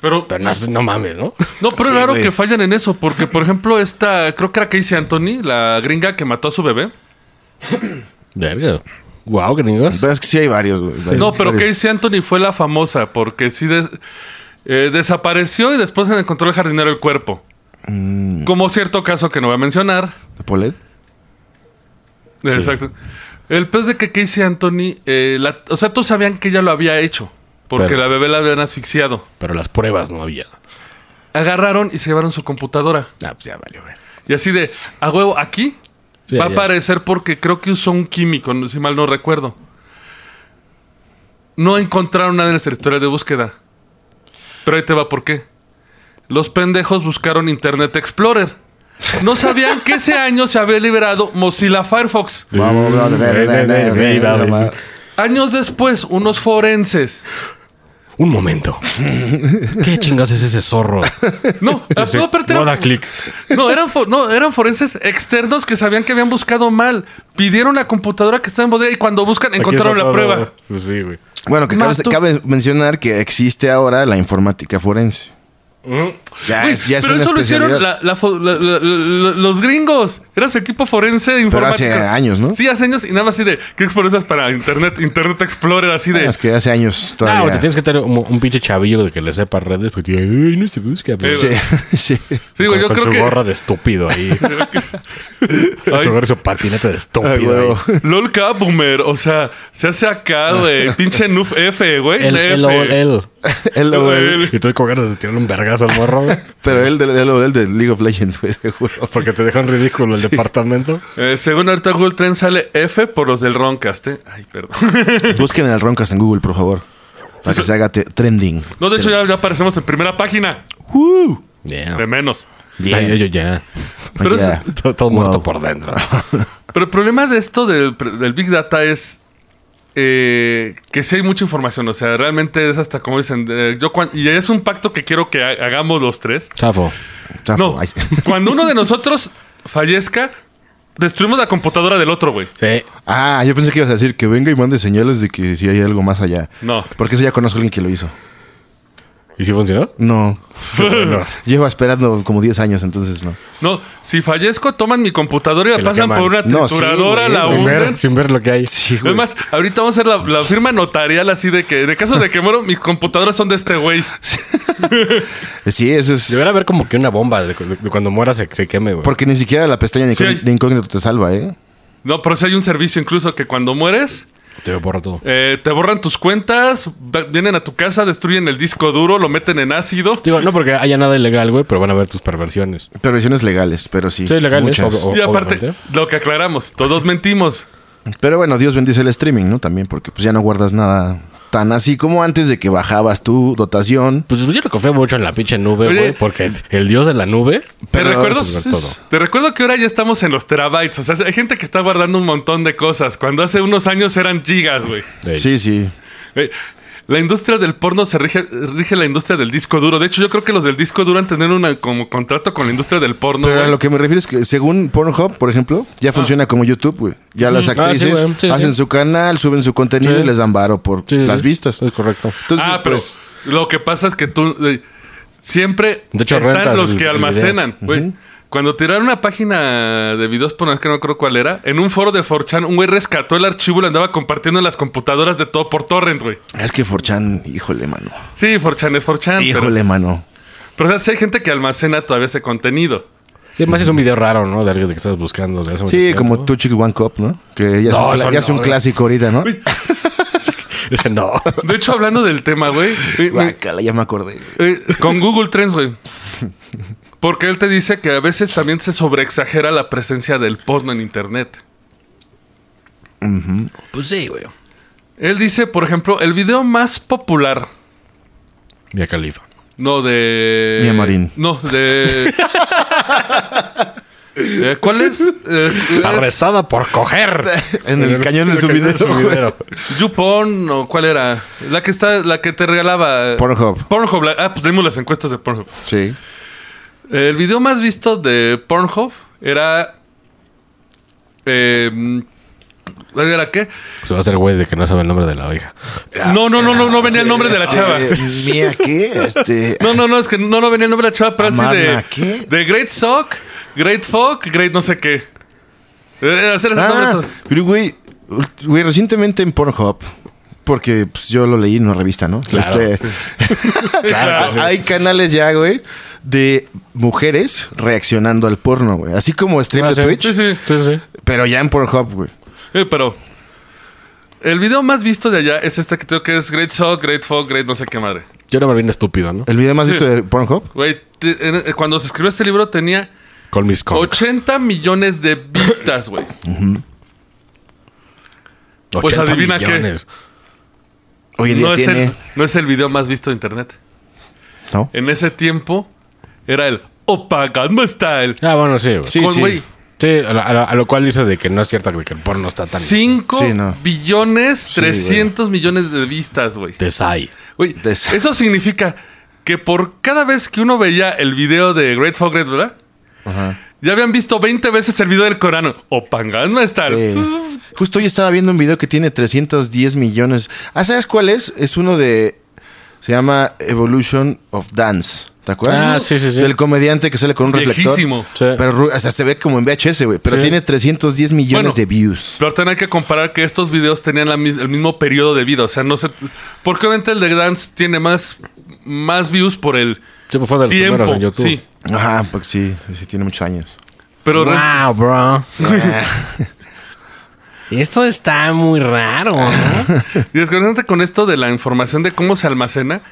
[SPEAKER 2] pero,
[SPEAKER 4] pero no, no mames, ¿no?
[SPEAKER 2] no, pero es
[SPEAKER 3] Sí,
[SPEAKER 2] raro
[SPEAKER 3] güey.
[SPEAKER 2] que fallan en eso, porque por ejemplo esta, creo que era Casey Anthony, la gringa que mató a su bebé.
[SPEAKER 4] Verga. Wow, gringos.
[SPEAKER 3] Pero es que sí hay varios, güey. varios-
[SPEAKER 2] No, pero
[SPEAKER 3] varios.
[SPEAKER 2] Casey Anthony fue la famosa porque sí des- eh, desapareció y después se encontró el jardinero el cuerpo. Como cierto caso que no voy a mencionar.
[SPEAKER 3] ¿Polet?
[SPEAKER 2] Exacto. El pez de que Casey Anthony, eh, la- o sea, todos sabían que ella lo había hecho porque
[SPEAKER 4] Pero-
[SPEAKER 2] la bebé la habían asfixiado.
[SPEAKER 4] Pero las pruebas no había.
[SPEAKER 2] Agarraron y se llevaron su computadora.
[SPEAKER 4] Ah, pues ya valió, güey.
[SPEAKER 2] Y así de, a huevo, aquí
[SPEAKER 4] Sí,
[SPEAKER 2] va a
[SPEAKER 4] ya.
[SPEAKER 2] aparecer porque creo que usó un químico, no- si mal no recuerdo. No encontraron nada en el territorio de búsqueda. Pero ahí te va por qué. Los pendejos buscaron Internet Explorer. No sabían que ese año se había liberado Mozilla Firefox.
[SPEAKER 3] Vamos, vamos,
[SPEAKER 4] eh, eh, eh, eh, eh,
[SPEAKER 3] vamos.
[SPEAKER 4] eh,
[SPEAKER 2] Años después, unos forenses
[SPEAKER 4] Un momento. ¿Qué chingas es ese zorro?
[SPEAKER 2] No,
[SPEAKER 4] Sí,
[SPEAKER 2] Ah, no, espérate,
[SPEAKER 4] no
[SPEAKER 2] era-
[SPEAKER 4] da clic.
[SPEAKER 2] No, eran fo- no, eran forenses externos que sabían que habían buscado mal. Pidieron la computadora que estaba en bodega y cuando buscan encontraron la
[SPEAKER 4] Aquí está todo.
[SPEAKER 2] prueba.
[SPEAKER 4] Pues sí, güey.
[SPEAKER 3] Bueno, que cabe,
[SPEAKER 2] Mato.
[SPEAKER 3] cabe mencionar que existe ahora la informática forense. Ya,
[SPEAKER 2] Güey,
[SPEAKER 3] Ah, es, ya es
[SPEAKER 2] pero
[SPEAKER 3] una
[SPEAKER 2] eso lo hicieron
[SPEAKER 3] especialidad.
[SPEAKER 2] la- la fo- la- la- la- los gringos. Era su equipo forense de
[SPEAKER 3] Pero
[SPEAKER 2] informática.
[SPEAKER 3] hace años, ¿no?
[SPEAKER 2] Sí, hace años y nada más así de ¿qué exponencias para Internet, Internet Explorer, así de.
[SPEAKER 3] Es que hace años
[SPEAKER 4] Ah, güey,
[SPEAKER 3] todavía.
[SPEAKER 4] te tienes que tener un, un pinche chavillo de que le sepa redes porque "Ay, no se busca. pero
[SPEAKER 3] Sí, sí.
[SPEAKER 2] Sí, güey, yo
[SPEAKER 4] con
[SPEAKER 2] creo
[SPEAKER 4] su
[SPEAKER 2] que.
[SPEAKER 4] gorra de estúpido ahí.
[SPEAKER 2] Ay,
[SPEAKER 4] Su gorra y su patineta de
[SPEAKER 3] Ah,
[SPEAKER 4] estúpido.
[SPEAKER 3] güey.
[SPEAKER 4] ahí.
[SPEAKER 2] LOL K, boomer. O sea, se hace acá, güey. Pinche Nuf F, güey.
[SPEAKER 4] El,
[SPEAKER 2] F.
[SPEAKER 4] el, el,
[SPEAKER 3] El LOL.
[SPEAKER 4] Y tú con ganas de tirarle un vergazo al morro, güey,
[SPEAKER 3] Pero el del el LOL de League of Legends, güey, seguro.
[SPEAKER 4] Porque te dejan ridículo el departamento.
[SPEAKER 2] Eh, según ahorita Google Trend sale F por los del Roncast, ¿eh? Ay, perdón.
[SPEAKER 3] Busquen el Roncast en Google, por favor. Para que se haga te- trending.
[SPEAKER 2] No, de hecho ya, ya aparecemos en primera página.
[SPEAKER 4] Ya.
[SPEAKER 2] De menos.
[SPEAKER 4] Ya, ya, ya, ya.
[SPEAKER 2] Pero, es-
[SPEAKER 3] Ya.
[SPEAKER 4] Todo, todo muerto
[SPEAKER 3] Wow.
[SPEAKER 4] por dentro.
[SPEAKER 2] pero el problema de esto del, del Big Data es eh, que sí hay mucha información. O sea, realmente es hasta como dicen. eh, yo cuan- y es un pacto que quiero que ha- hagamos los tres.
[SPEAKER 4] Chafo.
[SPEAKER 3] Chafo,
[SPEAKER 2] No,
[SPEAKER 3] Ah, ay, sí.
[SPEAKER 2] cuando uno de nosotros fallezca, destruimos la computadora del otro, güey.
[SPEAKER 4] Sí.
[SPEAKER 3] Ah, yo pensé que ibas a decir que venga y mande señales de que si hay algo más allá.
[SPEAKER 2] No.
[SPEAKER 3] Porque eso ya conozco a alguien que lo hizo.
[SPEAKER 4] ¿Y si funcionó?
[SPEAKER 3] No.
[SPEAKER 4] Bueno.
[SPEAKER 3] Llevo esperando como 10 años, entonces no.
[SPEAKER 2] No, si fallezco, toman mi computadora y
[SPEAKER 4] Y
[SPEAKER 2] la
[SPEAKER 4] la
[SPEAKER 2] pasan
[SPEAKER 4] queman.
[SPEAKER 2] por una
[SPEAKER 3] No, sí,
[SPEAKER 2] trituradora,
[SPEAKER 3] güey,
[SPEAKER 2] la
[SPEAKER 3] sin
[SPEAKER 4] Sin
[SPEAKER 2] hunden.
[SPEAKER 4] ver, sin ver lo que hay.
[SPEAKER 3] Sí, güey.
[SPEAKER 2] Es más, ahorita vamos a hacer la, la firma notarial así de que, de caso de que muero, mis computadoras son de este güey.
[SPEAKER 3] Eh, Sí, eso es.
[SPEAKER 4] Debería haber como que una bomba de, cu- de cuando muera se, se queme, güey.
[SPEAKER 3] Porque ni siquiera la pestaña de
[SPEAKER 2] Sí.
[SPEAKER 3] incógnito, de incógnito te salva, ¿eh?
[SPEAKER 2] No, pero si hay un servicio incluso que cuando mueres,
[SPEAKER 4] Te borra todo.
[SPEAKER 2] eh, te borran tus cuentas, va- vienen a tu casa, destruyen el disco duro, lo meten en ácido.
[SPEAKER 4] Digo, no porque haya nada ilegal, güey, pero van a ver tus perversiones.
[SPEAKER 3] Perversiones legales, pero sí.
[SPEAKER 4] Sí, legales,
[SPEAKER 3] muchas.
[SPEAKER 4] o- o-
[SPEAKER 2] Y aparte,
[SPEAKER 4] obviamente.
[SPEAKER 2] lo que aclaramos, todos mentimos.
[SPEAKER 3] Pero bueno, Dios bendice el streaming, ¿no? También, porque pues ya no guardas nada tan así como antes de que bajabas tu dotación.
[SPEAKER 4] Pues yo no confío mucho en la pinche nube,
[SPEAKER 2] Oye.
[SPEAKER 4] güey, porque el dios de la nube.
[SPEAKER 3] Pero
[SPEAKER 2] ¿Te recuerdo?
[SPEAKER 3] es-
[SPEAKER 4] es-
[SPEAKER 2] Te recuerdo que ahora ya estamos en los terabytes. O sea, hay gente que está guardando un montón de cosas. Cuando hace unos años eran gigas, güey.
[SPEAKER 4] eh,
[SPEAKER 3] Sí, sí.
[SPEAKER 2] Eh, La industria del porno se rige, rige la industria del disco duro. De hecho, yo creo que los del disco duro han tenido una, como contrato con la industria del porno.
[SPEAKER 3] Pero a
[SPEAKER 2] güey.
[SPEAKER 3] lo que me refiero es que según Pornhub, por ejemplo, ya funciona como YouTube, güey. Ya las
[SPEAKER 4] Ah. sí,
[SPEAKER 3] actrices
[SPEAKER 4] güey. Sí,
[SPEAKER 3] hacen
[SPEAKER 4] sí.
[SPEAKER 3] su canal, suben su contenido
[SPEAKER 4] Sí.
[SPEAKER 3] y les dan varo por
[SPEAKER 4] sí, sí,
[SPEAKER 3] las
[SPEAKER 4] sí.
[SPEAKER 3] vistas.
[SPEAKER 4] Es correcto.
[SPEAKER 3] Entonces,
[SPEAKER 2] ah, pero
[SPEAKER 3] pues,
[SPEAKER 2] lo que pasa es que tú eh, siempre
[SPEAKER 4] De hecho,
[SPEAKER 2] están
[SPEAKER 4] rentas
[SPEAKER 2] los
[SPEAKER 4] el-
[SPEAKER 2] que
[SPEAKER 4] el
[SPEAKER 2] almacenan. güey. Cuando tiraron una página de videos por que no creo cuál era, en un foro de 4chan, un güey rescató el archivo y lo andaba compartiendo en las computadoras de todo por torrent, güey.
[SPEAKER 3] es que Forchan, híjole, mano.
[SPEAKER 2] Sí, 4chan es 4chan. Ah, Pero,
[SPEAKER 3] Híjole, mano.
[SPEAKER 2] pero o sea, sí hay gente que almacena todavía ese contenido.
[SPEAKER 4] Sí, más es un video raro, ¿no? De algo que estás buscando. De eso
[SPEAKER 3] Sí, como Two Chicks One Cup, ¿no? Que ya es
[SPEAKER 4] No,
[SPEAKER 3] un, cla-
[SPEAKER 4] eso
[SPEAKER 3] ya es
[SPEAKER 4] no, eh.
[SPEAKER 3] un
[SPEAKER 4] güey.
[SPEAKER 3] clásico ahorita, ¿no?
[SPEAKER 4] Ese no.
[SPEAKER 2] De hecho, hablando del tema, güey, eh, me-
[SPEAKER 3] Guácala, ya me acordé.
[SPEAKER 2] Eh, con Google Trends, güey. Porque él te dice que a veces también se sobreexagera la presencia del porno en Internet.
[SPEAKER 4] Pues sí, güey.
[SPEAKER 2] Él dice, por ejemplo, el video más popular,
[SPEAKER 4] Mia Califa.
[SPEAKER 2] no de...
[SPEAKER 3] Mia Marín.
[SPEAKER 2] No, de... Eh, ¿Cuál es? Eh, es
[SPEAKER 4] Arrestada por coger.
[SPEAKER 3] En el cañón de su
[SPEAKER 4] cañón
[SPEAKER 3] video, güey.
[SPEAKER 4] video.
[SPEAKER 2] YouPorn o cuál era? La que está, la que te regalaba.
[SPEAKER 3] Pornhub.
[SPEAKER 2] Pornhub. la- ah, pues tenemos las encuestas de Pornhub. Eh,
[SPEAKER 3] Sí.
[SPEAKER 2] El video más visto de Pornhub era. eh, ¿Era qué?
[SPEAKER 4] Se va a hacer güey de que no sabe el nombre de la oveja.
[SPEAKER 2] No, no, no, no, no venía el nombre de la chava.
[SPEAKER 3] Eh, Mía, ¿qué? Este,
[SPEAKER 2] No, no, no, es que no, no venía el nombre de la chava, pero así
[SPEAKER 3] Amarna,
[SPEAKER 2] de.
[SPEAKER 3] ¿qué?
[SPEAKER 2] De Great Sock, Great Fuck, Great no sé qué. Eh, hacer ese nombre
[SPEAKER 3] Ah,
[SPEAKER 2] todo.
[SPEAKER 3] pero güey, ult- güey, recientemente en Pornhub, porque pues, yo lo leí en una revista, ¿no?
[SPEAKER 4] Claro,
[SPEAKER 3] Este,
[SPEAKER 2] Claro.
[SPEAKER 3] a- hay canales ya, güey, de mujeres reaccionando al porno, güey. Así como stream de Twitch,
[SPEAKER 2] Ah, sí, sí.
[SPEAKER 4] Sí, sí.
[SPEAKER 3] pero ya en Pornhub, güey.
[SPEAKER 2] Eh, pero. El video más visto de allá es este que tengo que es Great Sock, Great Fuck, Great no sé qué madre.
[SPEAKER 4] Yo no me vine estúpido, ¿no?
[SPEAKER 3] El video más
[SPEAKER 2] Sí.
[SPEAKER 3] visto de Pornhub.
[SPEAKER 2] Güey, te- en- eh, cuando se escribió este libro tenía
[SPEAKER 4] Con mis con.
[SPEAKER 2] 80 millones de vistas, güey. pues
[SPEAKER 4] 80
[SPEAKER 2] adivina qué.
[SPEAKER 4] millones.
[SPEAKER 3] Hoy en día
[SPEAKER 2] No, es
[SPEAKER 3] tiene,
[SPEAKER 2] el- no es el video más visto de internet.
[SPEAKER 3] ¿no?
[SPEAKER 2] En ese tiempo era el Opagando Style.
[SPEAKER 4] Ah, bueno, sí, güey.
[SPEAKER 3] Sí,
[SPEAKER 2] con,
[SPEAKER 3] sí.
[SPEAKER 2] güey,
[SPEAKER 4] Sí, Sí, a, la- a la- a lo cual dice de que no es cierto de que el porno está tan...
[SPEAKER 2] 5
[SPEAKER 3] Sí, no.
[SPEAKER 2] billones
[SPEAKER 3] güey.
[SPEAKER 2] 300 millones de vistas, güey.
[SPEAKER 4] Desai.
[SPEAKER 2] Güey,
[SPEAKER 3] De esa-
[SPEAKER 2] eso significa que por cada vez que uno veía el video de Great Fog Great, ¿verdad? Ya habían visto 20 veces el video del Corano. O Pangana está.
[SPEAKER 3] Eh, justo hoy estaba viendo un video que tiene 310 millones. Ah, ¿sabes cuál es? Es uno de. Se llama Evolution of Dance. ¿Te acuerdas?
[SPEAKER 4] Ah, sí, sí, sí.
[SPEAKER 3] Del comediante que sale con un reflector.
[SPEAKER 2] Viejísimo.
[SPEAKER 4] Sí.
[SPEAKER 3] Pero ru- hasta se ve como en VHS, güey. Pero
[SPEAKER 4] Sí.
[SPEAKER 3] tiene 310 millones
[SPEAKER 2] Bueno.
[SPEAKER 3] de views.
[SPEAKER 2] Pero también hay que comparar que estos videos tenían la mis- el mismo periodo de vida. O sea, no sé. Porque obviamente el de Dance tiene más, más views por el
[SPEAKER 4] Sí, fue de los
[SPEAKER 2] tiempo.
[SPEAKER 4] primeros en YouTube.
[SPEAKER 2] Sí.
[SPEAKER 3] Ajá, porque sí, sí, tiene muchos años.
[SPEAKER 2] Pero re-
[SPEAKER 4] Wow, bro. Esto está muy raro, ¿no?
[SPEAKER 2] Y desgraciadamente con esto de la información de cómo se almacena,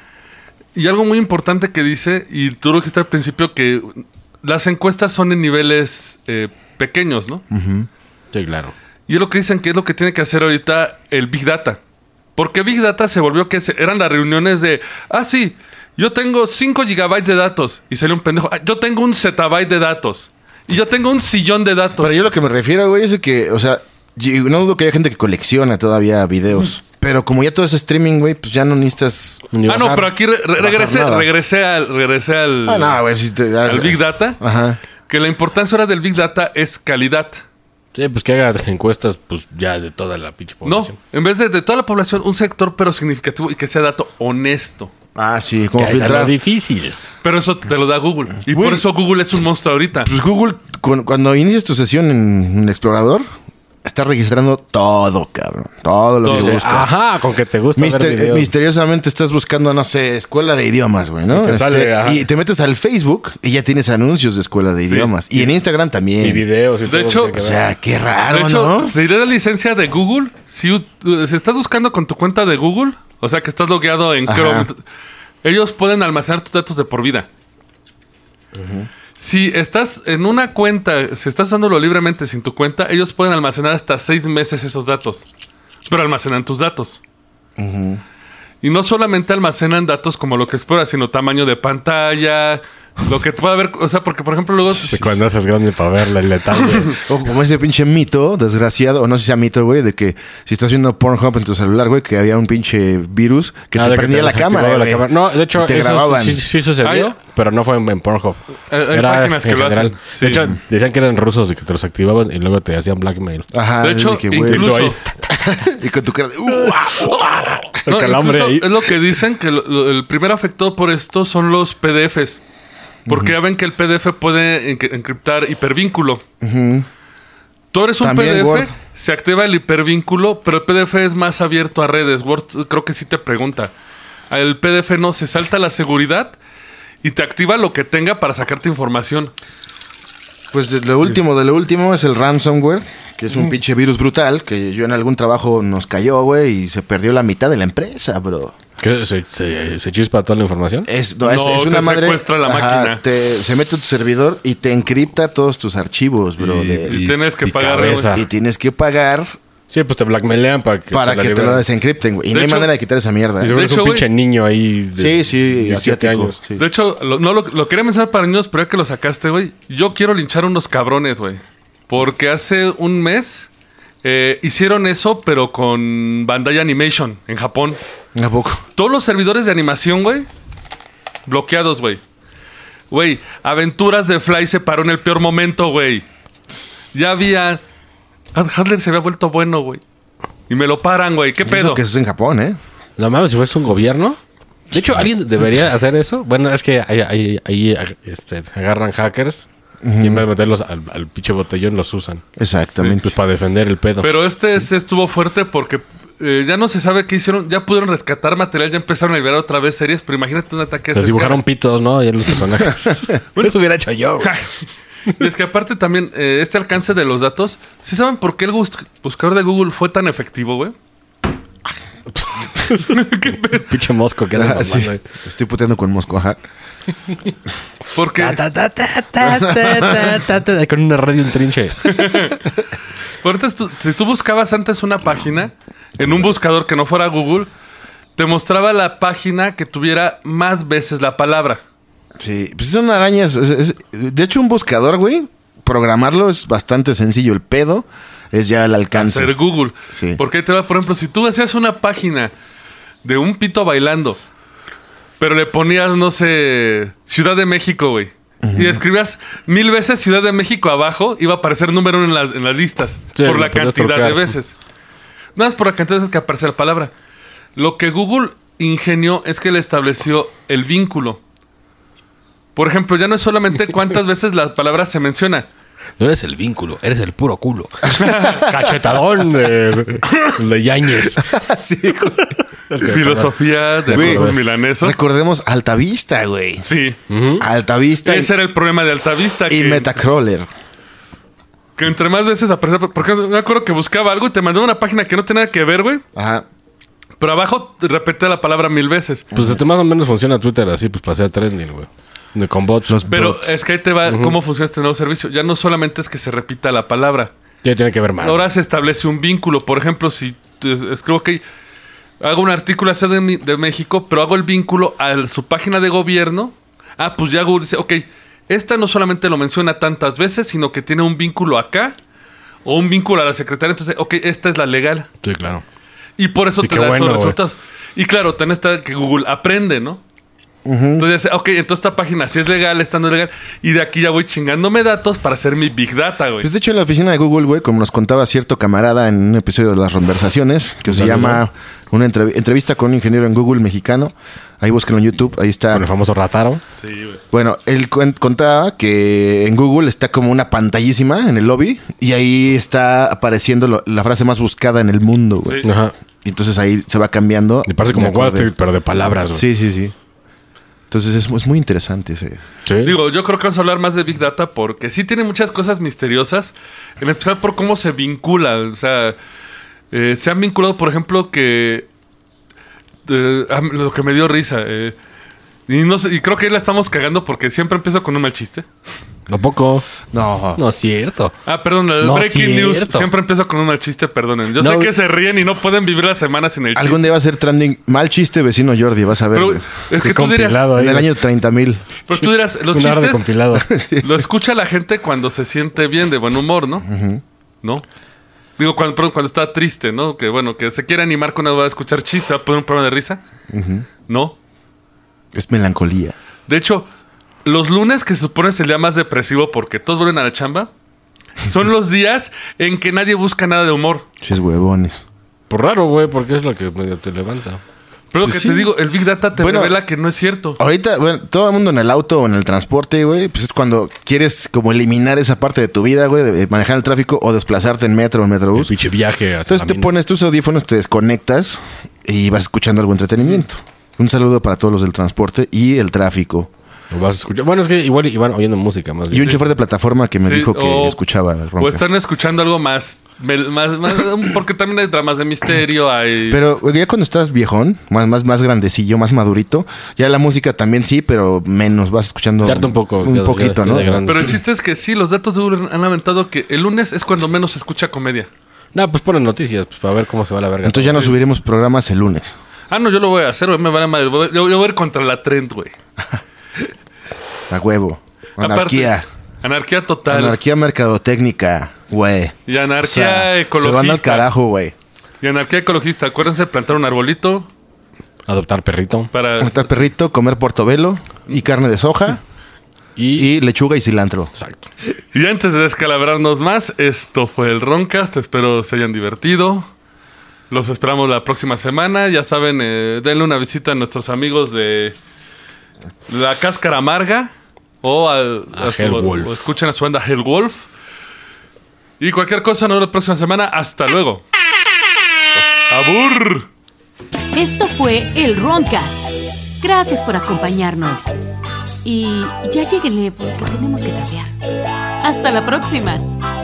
[SPEAKER 2] y algo muy importante que dice, y tú lo dijiste al principio, que las encuestas son en niveles eh, pequeños, ¿no?
[SPEAKER 4] Sí, claro.
[SPEAKER 2] Y es lo que dicen que es lo que tiene que hacer ahorita el Big Data. Porque Big Data se volvió que se- eran las reuniones de, ah, sí, yo tengo 5 gigabytes de datos, y salió un pendejo, "Ah, yo tengo un zettabyte de datos, y yo tengo un sillón de datos.
[SPEAKER 3] Pero yo lo que me refiero, güey, es que, o sea, yo no dudo que haya gente que colecciona todavía videos.
[SPEAKER 4] Mm.
[SPEAKER 3] Pero como ya todo es streaming, güey, pues ya no necesitas.
[SPEAKER 4] Ni
[SPEAKER 2] Ah, no,
[SPEAKER 4] bajar.
[SPEAKER 2] pero aquí re- re- regresé,
[SPEAKER 3] nada.
[SPEAKER 2] regresé al, regresé al,
[SPEAKER 3] Ah, no, güey, si te da-
[SPEAKER 2] al Big Data.
[SPEAKER 3] Ajá.
[SPEAKER 2] Que la importancia ahora del Big Data es calidad.
[SPEAKER 4] Sí, pues que haga encuestas, pues ya de toda la pinche
[SPEAKER 2] No,
[SPEAKER 4] población.
[SPEAKER 2] en vez de, de toda la población, un sector pero significativo y que sea dato honesto.
[SPEAKER 3] Ah, sí, como
[SPEAKER 4] Que es algo
[SPEAKER 3] filtrar.
[SPEAKER 4] difícil.
[SPEAKER 2] Pero eso te lo da Google. Y
[SPEAKER 3] Güey.
[SPEAKER 2] por eso Google es un monstruo ahorita.
[SPEAKER 3] Pues Google, cu- cuando inicias tu sesión en un explorador, está registrando todo, cabrón. Todo lo
[SPEAKER 2] Todo.
[SPEAKER 3] que buscas.
[SPEAKER 4] Ajá, con que te gusta
[SPEAKER 3] Mister-
[SPEAKER 4] Ah, ver
[SPEAKER 2] eh,
[SPEAKER 4] videos.
[SPEAKER 3] misteriosamente estás buscando, no sé, escuela de idiomas, güey, ¿no? Este,
[SPEAKER 4] Y te sale, ajá.
[SPEAKER 3] y te metes al Facebook y ya tienes anuncios de escuela de idiomas. Y en Instagram también.
[SPEAKER 4] Y videos y todo. lo que
[SPEAKER 2] hecho,
[SPEAKER 4] tiene que
[SPEAKER 3] o
[SPEAKER 4] ver.
[SPEAKER 3] sea, qué raro,
[SPEAKER 2] de hecho,
[SPEAKER 3] Ah, ¿no?
[SPEAKER 2] si le das licencia de Google, si, u- si estás buscando con tu cuenta de Google, o sea que estás logueado en
[SPEAKER 3] Ajá.
[SPEAKER 2] Chrome, ellos pueden almacenar tus datos de por vida. Si estás en una cuenta, si estás usándolo libremente sin tu cuenta, ellos pueden almacenar hasta seis meses esos datos. Pero almacenan tus datos. Y no solamente almacenan datos como lo que exploras, sino tamaño de pantalla, lo que pueda haber. O sea, porque por ejemplo, luego.
[SPEAKER 4] Sí, Cuando haces grande para verla en la tarde.
[SPEAKER 3] O como ese pinche mito, desgraciado, o no sé si sea mito, güey, de que si estás viendo Pornhub en tu celular, güey, que había un pinche virus que
[SPEAKER 4] Ah,
[SPEAKER 3] te
[SPEAKER 4] de que
[SPEAKER 3] prendía la,
[SPEAKER 4] activaba
[SPEAKER 3] cámara, güey.
[SPEAKER 4] No, de hecho,
[SPEAKER 3] Y te
[SPEAKER 4] eso
[SPEAKER 3] grababan.
[SPEAKER 4] sí, sí sucedió,
[SPEAKER 2] Hay-
[SPEAKER 4] pero no fue en, en Pornhub.
[SPEAKER 2] Hay- Ah, Eh, hay páginas que lo hacen, sí.
[SPEAKER 4] De hecho, decían que eran rusos y que te los activaban y luego te hacían blackmail.
[SPEAKER 3] Ajá,
[SPEAKER 2] De hecho,
[SPEAKER 3] de que, güey,
[SPEAKER 2] incluso-
[SPEAKER 3] ahí, y con tu cara de, "Uh, "Uah".
[SPEAKER 4] El calambre
[SPEAKER 2] incluso
[SPEAKER 4] ahí.
[SPEAKER 2] Es lo que dicen que lo- lo- el primer afectado por esto son los PDFs. Porque ya ven que el PDF puede enc- encriptar hipervínculo. Tú eres un
[SPEAKER 3] También
[SPEAKER 2] PDF,
[SPEAKER 3] Word.
[SPEAKER 2] se activa el hipervínculo, pero el PDF es más abierto a redes. Word eh, creo que sí te pregunta. El PDF no, se salta la seguridad y te activa lo que tenga para sacarte información.
[SPEAKER 3] Pues de lo último de lo último es el ransomware, que es un pinche virus brutal que yo en algún trabajo nos cayó, güey, y se perdió la mitad de la empresa, bro.
[SPEAKER 4] ¿Qué? ¿Se, se, se chispa toda la información?
[SPEAKER 3] Es, no, es-
[SPEAKER 2] No,
[SPEAKER 3] es
[SPEAKER 2] te
[SPEAKER 3] una madre.
[SPEAKER 2] secuestra la máquina.
[SPEAKER 3] te- se mete a tu servidor y te encripta todos tus archivos, bro. de-
[SPEAKER 2] Y tienes que
[SPEAKER 4] y
[SPEAKER 2] pagar,
[SPEAKER 4] cabeza.
[SPEAKER 3] Y, tienes que pagar
[SPEAKER 4] Sí, pues te blackmailean para que
[SPEAKER 3] para
[SPEAKER 4] la
[SPEAKER 3] que te
[SPEAKER 4] liberen.
[SPEAKER 3] lo desencripten, güey. Y
[SPEAKER 2] De
[SPEAKER 3] no hay
[SPEAKER 2] hecho-
[SPEAKER 3] manera de quitar esa mierda.
[SPEAKER 4] Y
[SPEAKER 3] ¿eh?
[SPEAKER 4] seguro
[SPEAKER 2] De
[SPEAKER 4] es un
[SPEAKER 2] hecho,
[SPEAKER 4] pinche niño ahí.
[SPEAKER 3] Sí,
[SPEAKER 4] de
[SPEAKER 3] sí,
[SPEAKER 4] 17
[SPEAKER 3] asiático.
[SPEAKER 4] años.
[SPEAKER 3] sí.
[SPEAKER 2] De hecho, lo, no, lo, lo quería mencionar para niños, pero ya que lo sacaste, güey. Yo quiero linchar unos cabrones, güey. Porque hace un mes eh, hicieron eso, pero con Bandai Animation en Japón.
[SPEAKER 3] ¿A poco?
[SPEAKER 2] Todos los servidores de animación, güey, bloqueados, güey. Güey, Aventuras de Fly se paró en el peor momento, güey. Ya había. Ad Handler se había vuelto bueno, güey. Y me lo paran, güey. ¿Qué
[SPEAKER 3] Y Eso
[SPEAKER 2] pedo?
[SPEAKER 3] que eso es en Japón, ¿eh?
[SPEAKER 4] No mames, si fuese un gobierno. De hecho, alguien debería hacer eso. Bueno, es que ahí, ahí- ahí, este, agarran hackers y en vez de meterlos al, al pinche botellón, los usan.
[SPEAKER 3] Exactamente.
[SPEAKER 4] Pues para defender el pedo.
[SPEAKER 2] Pero este se estuvo fuerte porque eh, ya no se sabe qué hicieron. Ya pudieron rescatar material, ya empezaron a liberar otra vez series. Pero imagínate un ataque a
[SPEAKER 4] los
[SPEAKER 2] esa
[SPEAKER 4] dibujaron pitos, ¿no? Y los personajes. Eso hubiera hecho yo. güey.
[SPEAKER 2] escala. Y es que aparte también eh, este alcance de los datos. ¿Sí saben por qué el bus- buscador de Google fue tan efectivo, güey?
[SPEAKER 4] pinche mosco que anda
[SPEAKER 3] Ah, sí.
[SPEAKER 4] mamando ahí.
[SPEAKER 3] Estoy puteando con Moscú, ajá.
[SPEAKER 2] Porque,
[SPEAKER 4] Ah, Ta, ta, ta, ta, ta, ta, ta, Con una radio en trinche.
[SPEAKER 2] porque antes tú- si tú buscabas antes una página en un buscador que no fuera Google, te mostraba la página que tuviera más veces la palabra.
[SPEAKER 3] Sí, pues son arañas. es- es- de hecho, un buscador, güey, programarlo es bastante sencillo. El pedo es ya el alcance.
[SPEAKER 2] Hacer Google.
[SPEAKER 3] Sí.
[SPEAKER 2] Porque ahí te va, por ejemplo, si tú hacías una página de un pito bailando, pero le ponías, no sé, Ciudad de México, güey. Y escribías mil veces Ciudad de México abajo, iba a aparecer número uno en, las- en las listas.
[SPEAKER 4] Sí,
[SPEAKER 2] por
[SPEAKER 4] lo
[SPEAKER 2] la
[SPEAKER 4] podías
[SPEAKER 2] cantidad de
[SPEAKER 4] trocar.
[SPEAKER 2] veces. Nada más por la cantidad de veces que aparece la palabra. Lo que Google ingenió es que le estableció el vínculo. Por ejemplo, ya no es solamente cuántas veces la palabra se menciona.
[SPEAKER 4] No eres el vínculo, eres el puro culo. Cachetadón de, de Yáñez.
[SPEAKER 3] Sí, güey.
[SPEAKER 2] Filosofía de
[SPEAKER 3] Güey,
[SPEAKER 2] los milanesos.
[SPEAKER 3] Recordemos Altavista, güey.
[SPEAKER 2] Sí.
[SPEAKER 3] Altavista y,
[SPEAKER 2] Ese era el problema de Altavista.
[SPEAKER 3] y
[SPEAKER 2] que,
[SPEAKER 3] Metacrawler.
[SPEAKER 2] que entre más veces aparecía. Porque me acuerdo que buscaba algo y te mandaba una página que no tenía nada que ver, güey.
[SPEAKER 3] Ajá.
[SPEAKER 2] Pero abajo repetía la palabra mil veces.
[SPEAKER 4] Pues este más o menos funciona Twitter así, pues para hacer trending, güey. De con bots.
[SPEAKER 3] Los
[SPEAKER 2] Pero
[SPEAKER 3] bots.
[SPEAKER 2] es que ahí te va cómo funciona este nuevo servicio. Ya no solamente es que se repita la palabra.
[SPEAKER 4] Ya tiene que ver más.
[SPEAKER 2] Ahora se establece un vínculo. Por ejemplo, si tú es- escribo que hago un artículo acerca de, mi- de México, pero hago el vínculo a su página de gobierno. Ah, pues ya Google dice, ok, esta no solamente lo menciona tantas veces, sino que tiene un vínculo acá o un vínculo a la secretaria. Entonces, ok, esta es la legal.
[SPEAKER 4] Sí, claro.
[SPEAKER 2] Y por eso
[SPEAKER 4] Y
[SPEAKER 2] te
[SPEAKER 4] qué
[SPEAKER 2] da
[SPEAKER 4] bueno,
[SPEAKER 2] esos
[SPEAKER 4] güey.
[SPEAKER 2] resultados. Y claro, tenés que Google aprende, ¿no? Entonces, ok, entonces esta página sí es legal, esta no es legal. Y de aquí ya voy chingándome datos para hacer mi Big Data, güey.
[SPEAKER 3] Pues de hecho en la oficina de Google, güey, como nos contaba cierto camarada en un episodio de las conversaciones, que se
[SPEAKER 4] Saludo.
[SPEAKER 3] llama una entrev- entrevista con un ingeniero en Google mexicano. Ahí búsquenlo en YouTube, ahí está.
[SPEAKER 4] Con el famoso Rataro.
[SPEAKER 2] Sí, güey.
[SPEAKER 3] Bueno, él cuen- contaba que en Google está como una pantallísima en el lobby y ahí está apareciendo lo- la frase más buscada en el mundo, güey.
[SPEAKER 2] Sí.
[SPEAKER 4] Ajá.
[SPEAKER 3] Y entonces ahí se va cambiando.
[SPEAKER 4] Y parece
[SPEAKER 3] de
[SPEAKER 4] como Wall
[SPEAKER 3] acuerdo.
[SPEAKER 4] Street, pero de palabras, güey.
[SPEAKER 3] Sí, sí, sí. Entonces es, es muy interesante ese.
[SPEAKER 4] Sí.
[SPEAKER 2] Digo, yo creo que vamos a hablar más de Big Data porque sí tiene muchas cosas misteriosas, en especial por cómo se vincula. O sea, eh, se han vinculado, por ejemplo, que. eh, a mí- lo que me dio risa. eh, y, no sé- y creo que ahí la estamos cagando porque siempre empiezo con un mal chiste.
[SPEAKER 4] Tampoco.
[SPEAKER 3] No.
[SPEAKER 4] No es cierto.
[SPEAKER 2] Ah, perdón, el
[SPEAKER 4] No,
[SPEAKER 2] Breaking News.
[SPEAKER 4] cierto.
[SPEAKER 2] Siempre empiezo con un mal chiste, perdonen. Yo sé
[SPEAKER 4] No.
[SPEAKER 2] que se ríen y no pueden vivir la semana sin el
[SPEAKER 3] Algún
[SPEAKER 2] chiste.
[SPEAKER 3] día va a ser trending. Mal chiste, vecino Jordi, vas a ver.
[SPEAKER 2] Pero
[SPEAKER 3] güey.
[SPEAKER 2] es que
[SPEAKER 4] Qué
[SPEAKER 2] tú dirías,
[SPEAKER 4] compilado ahí,
[SPEAKER 3] en el
[SPEAKER 4] güey.
[SPEAKER 3] año 30 mil.
[SPEAKER 2] pero tú dirás, los
[SPEAKER 4] Un ar de
[SPEAKER 2] chistes
[SPEAKER 4] compilado.
[SPEAKER 2] lo escucha la gente cuando se siente bien, de buen humor, ¿no? ¿No? Digo, cuando, perdón, cuando está triste, ¿no? Que bueno, que se quiere animar cuando va a escuchar chistes, va a poner un programa de risa. No.
[SPEAKER 3] Es melancolía.
[SPEAKER 2] De hecho, los lunes que se supone es el día más depresivo porque todos vuelven a la chamba, son los días en que nadie busca nada de humor.
[SPEAKER 3] Ches huevones.
[SPEAKER 4] Por Pues raro, güey, porque es lo que medio te levanta.
[SPEAKER 2] Pero lo
[SPEAKER 3] Pues
[SPEAKER 2] que
[SPEAKER 3] sí.
[SPEAKER 2] te digo, el Big Data te
[SPEAKER 3] Bueno. ah,
[SPEAKER 2] revela que no es cierto.
[SPEAKER 3] Ahorita, bueno, todo el mundo en el auto o en el transporte, güey, pues es cuando quieres como eliminar esa parte de tu vida, güey, de manejar el tráfico o desplazarte en metro o en
[SPEAKER 4] Un
[SPEAKER 3] metrobús.
[SPEAKER 4] pinche viaje. hacia
[SPEAKER 3] Pues, Entonces
[SPEAKER 4] la
[SPEAKER 3] te
[SPEAKER 4] mina.
[SPEAKER 3] pones tus audífonos, te desconectas y vas escuchando algo entretenimiento. Un saludo para todos los del transporte y el tráfico.
[SPEAKER 4] Lo vas a escuchar. Bueno, es que igual iban oyendo música más
[SPEAKER 3] Y
[SPEAKER 4] bien.
[SPEAKER 3] un chofer de plataforma que me
[SPEAKER 2] Sí,
[SPEAKER 3] dijo que
[SPEAKER 2] o-
[SPEAKER 3] escuchaba el
[SPEAKER 2] O
[SPEAKER 3] Roncas.
[SPEAKER 2] están escuchando algo más. mel- más- más- porque también hay dramas de misterio, hay.
[SPEAKER 3] Pero güey, ya cuando estás viejón, más, más, más grandecillo, más madurito, ya la música también sí, pero menos. Vas escuchando
[SPEAKER 4] Echarte un poco, ya- ya-
[SPEAKER 3] poquito,
[SPEAKER 4] ya
[SPEAKER 3] ¿no?
[SPEAKER 4] de grande.
[SPEAKER 2] Pero el chiste es que sí, los datos de Google han aventado que el lunes es cuando menos se escucha comedia.
[SPEAKER 4] No, pues ponen noticias, pues para ver cómo se va la verga.
[SPEAKER 3] Entonces ya no subiremos programas el lunes.
[SPEAKER 2] Ah, no, yo lo voy a hacer, güey, me van a madre. Yo, yo voy a ir contra la trend, güey.
[SPEAKER 3] A huevo. Anarquía.
[SPEAKER 2] Aparte, anarquía total.
[SPEAKER 3] Anarquía mercadotécnica, güey.
[SPEAKER 2] Y anarquía
[SPEAKER 3] Se
[SPEAKER 2] ecologista.
[SPEAKER 3] van al carajo, güey.
[SPEAKER 2] Y anarquía ecologista. Acuérdense de plantar un arbolito
[SPEAKER 4] Adoptar perrito.
[SPEAKER 2] para.
[SPEAKER 3] Cortar perrito, comer portobelo y carne de soja
[SPEAKER 4] Y.
[SPEAKER 3] y lechuga y cilantro.
[SPEAKER 4] Exacto.
[SPEAKER 2] Y antes de descalabrarnos más, esto fue el Roncast. Espero se hayan divertido. Los esperamos la próxima semana. Ya saben, eh, denle una visita a nuestros amigos de La Cáscara Amarga o al-
[SPEAKER 4] A
[SPEAKER 2] su-
[SPEAKER 4] Hellwolf.
[SPEAKER 2] o escuchen a su banda Hellwolf. Y cualquier cosa, nos vemos la próxima semana. Hasta luego. ¡Abur!
[SPEAKER 1] Esto fue El Roncast. Gracias por acompañarnos. Y ya lleguenle porque tenemos que cambiar. Hasta la próxima.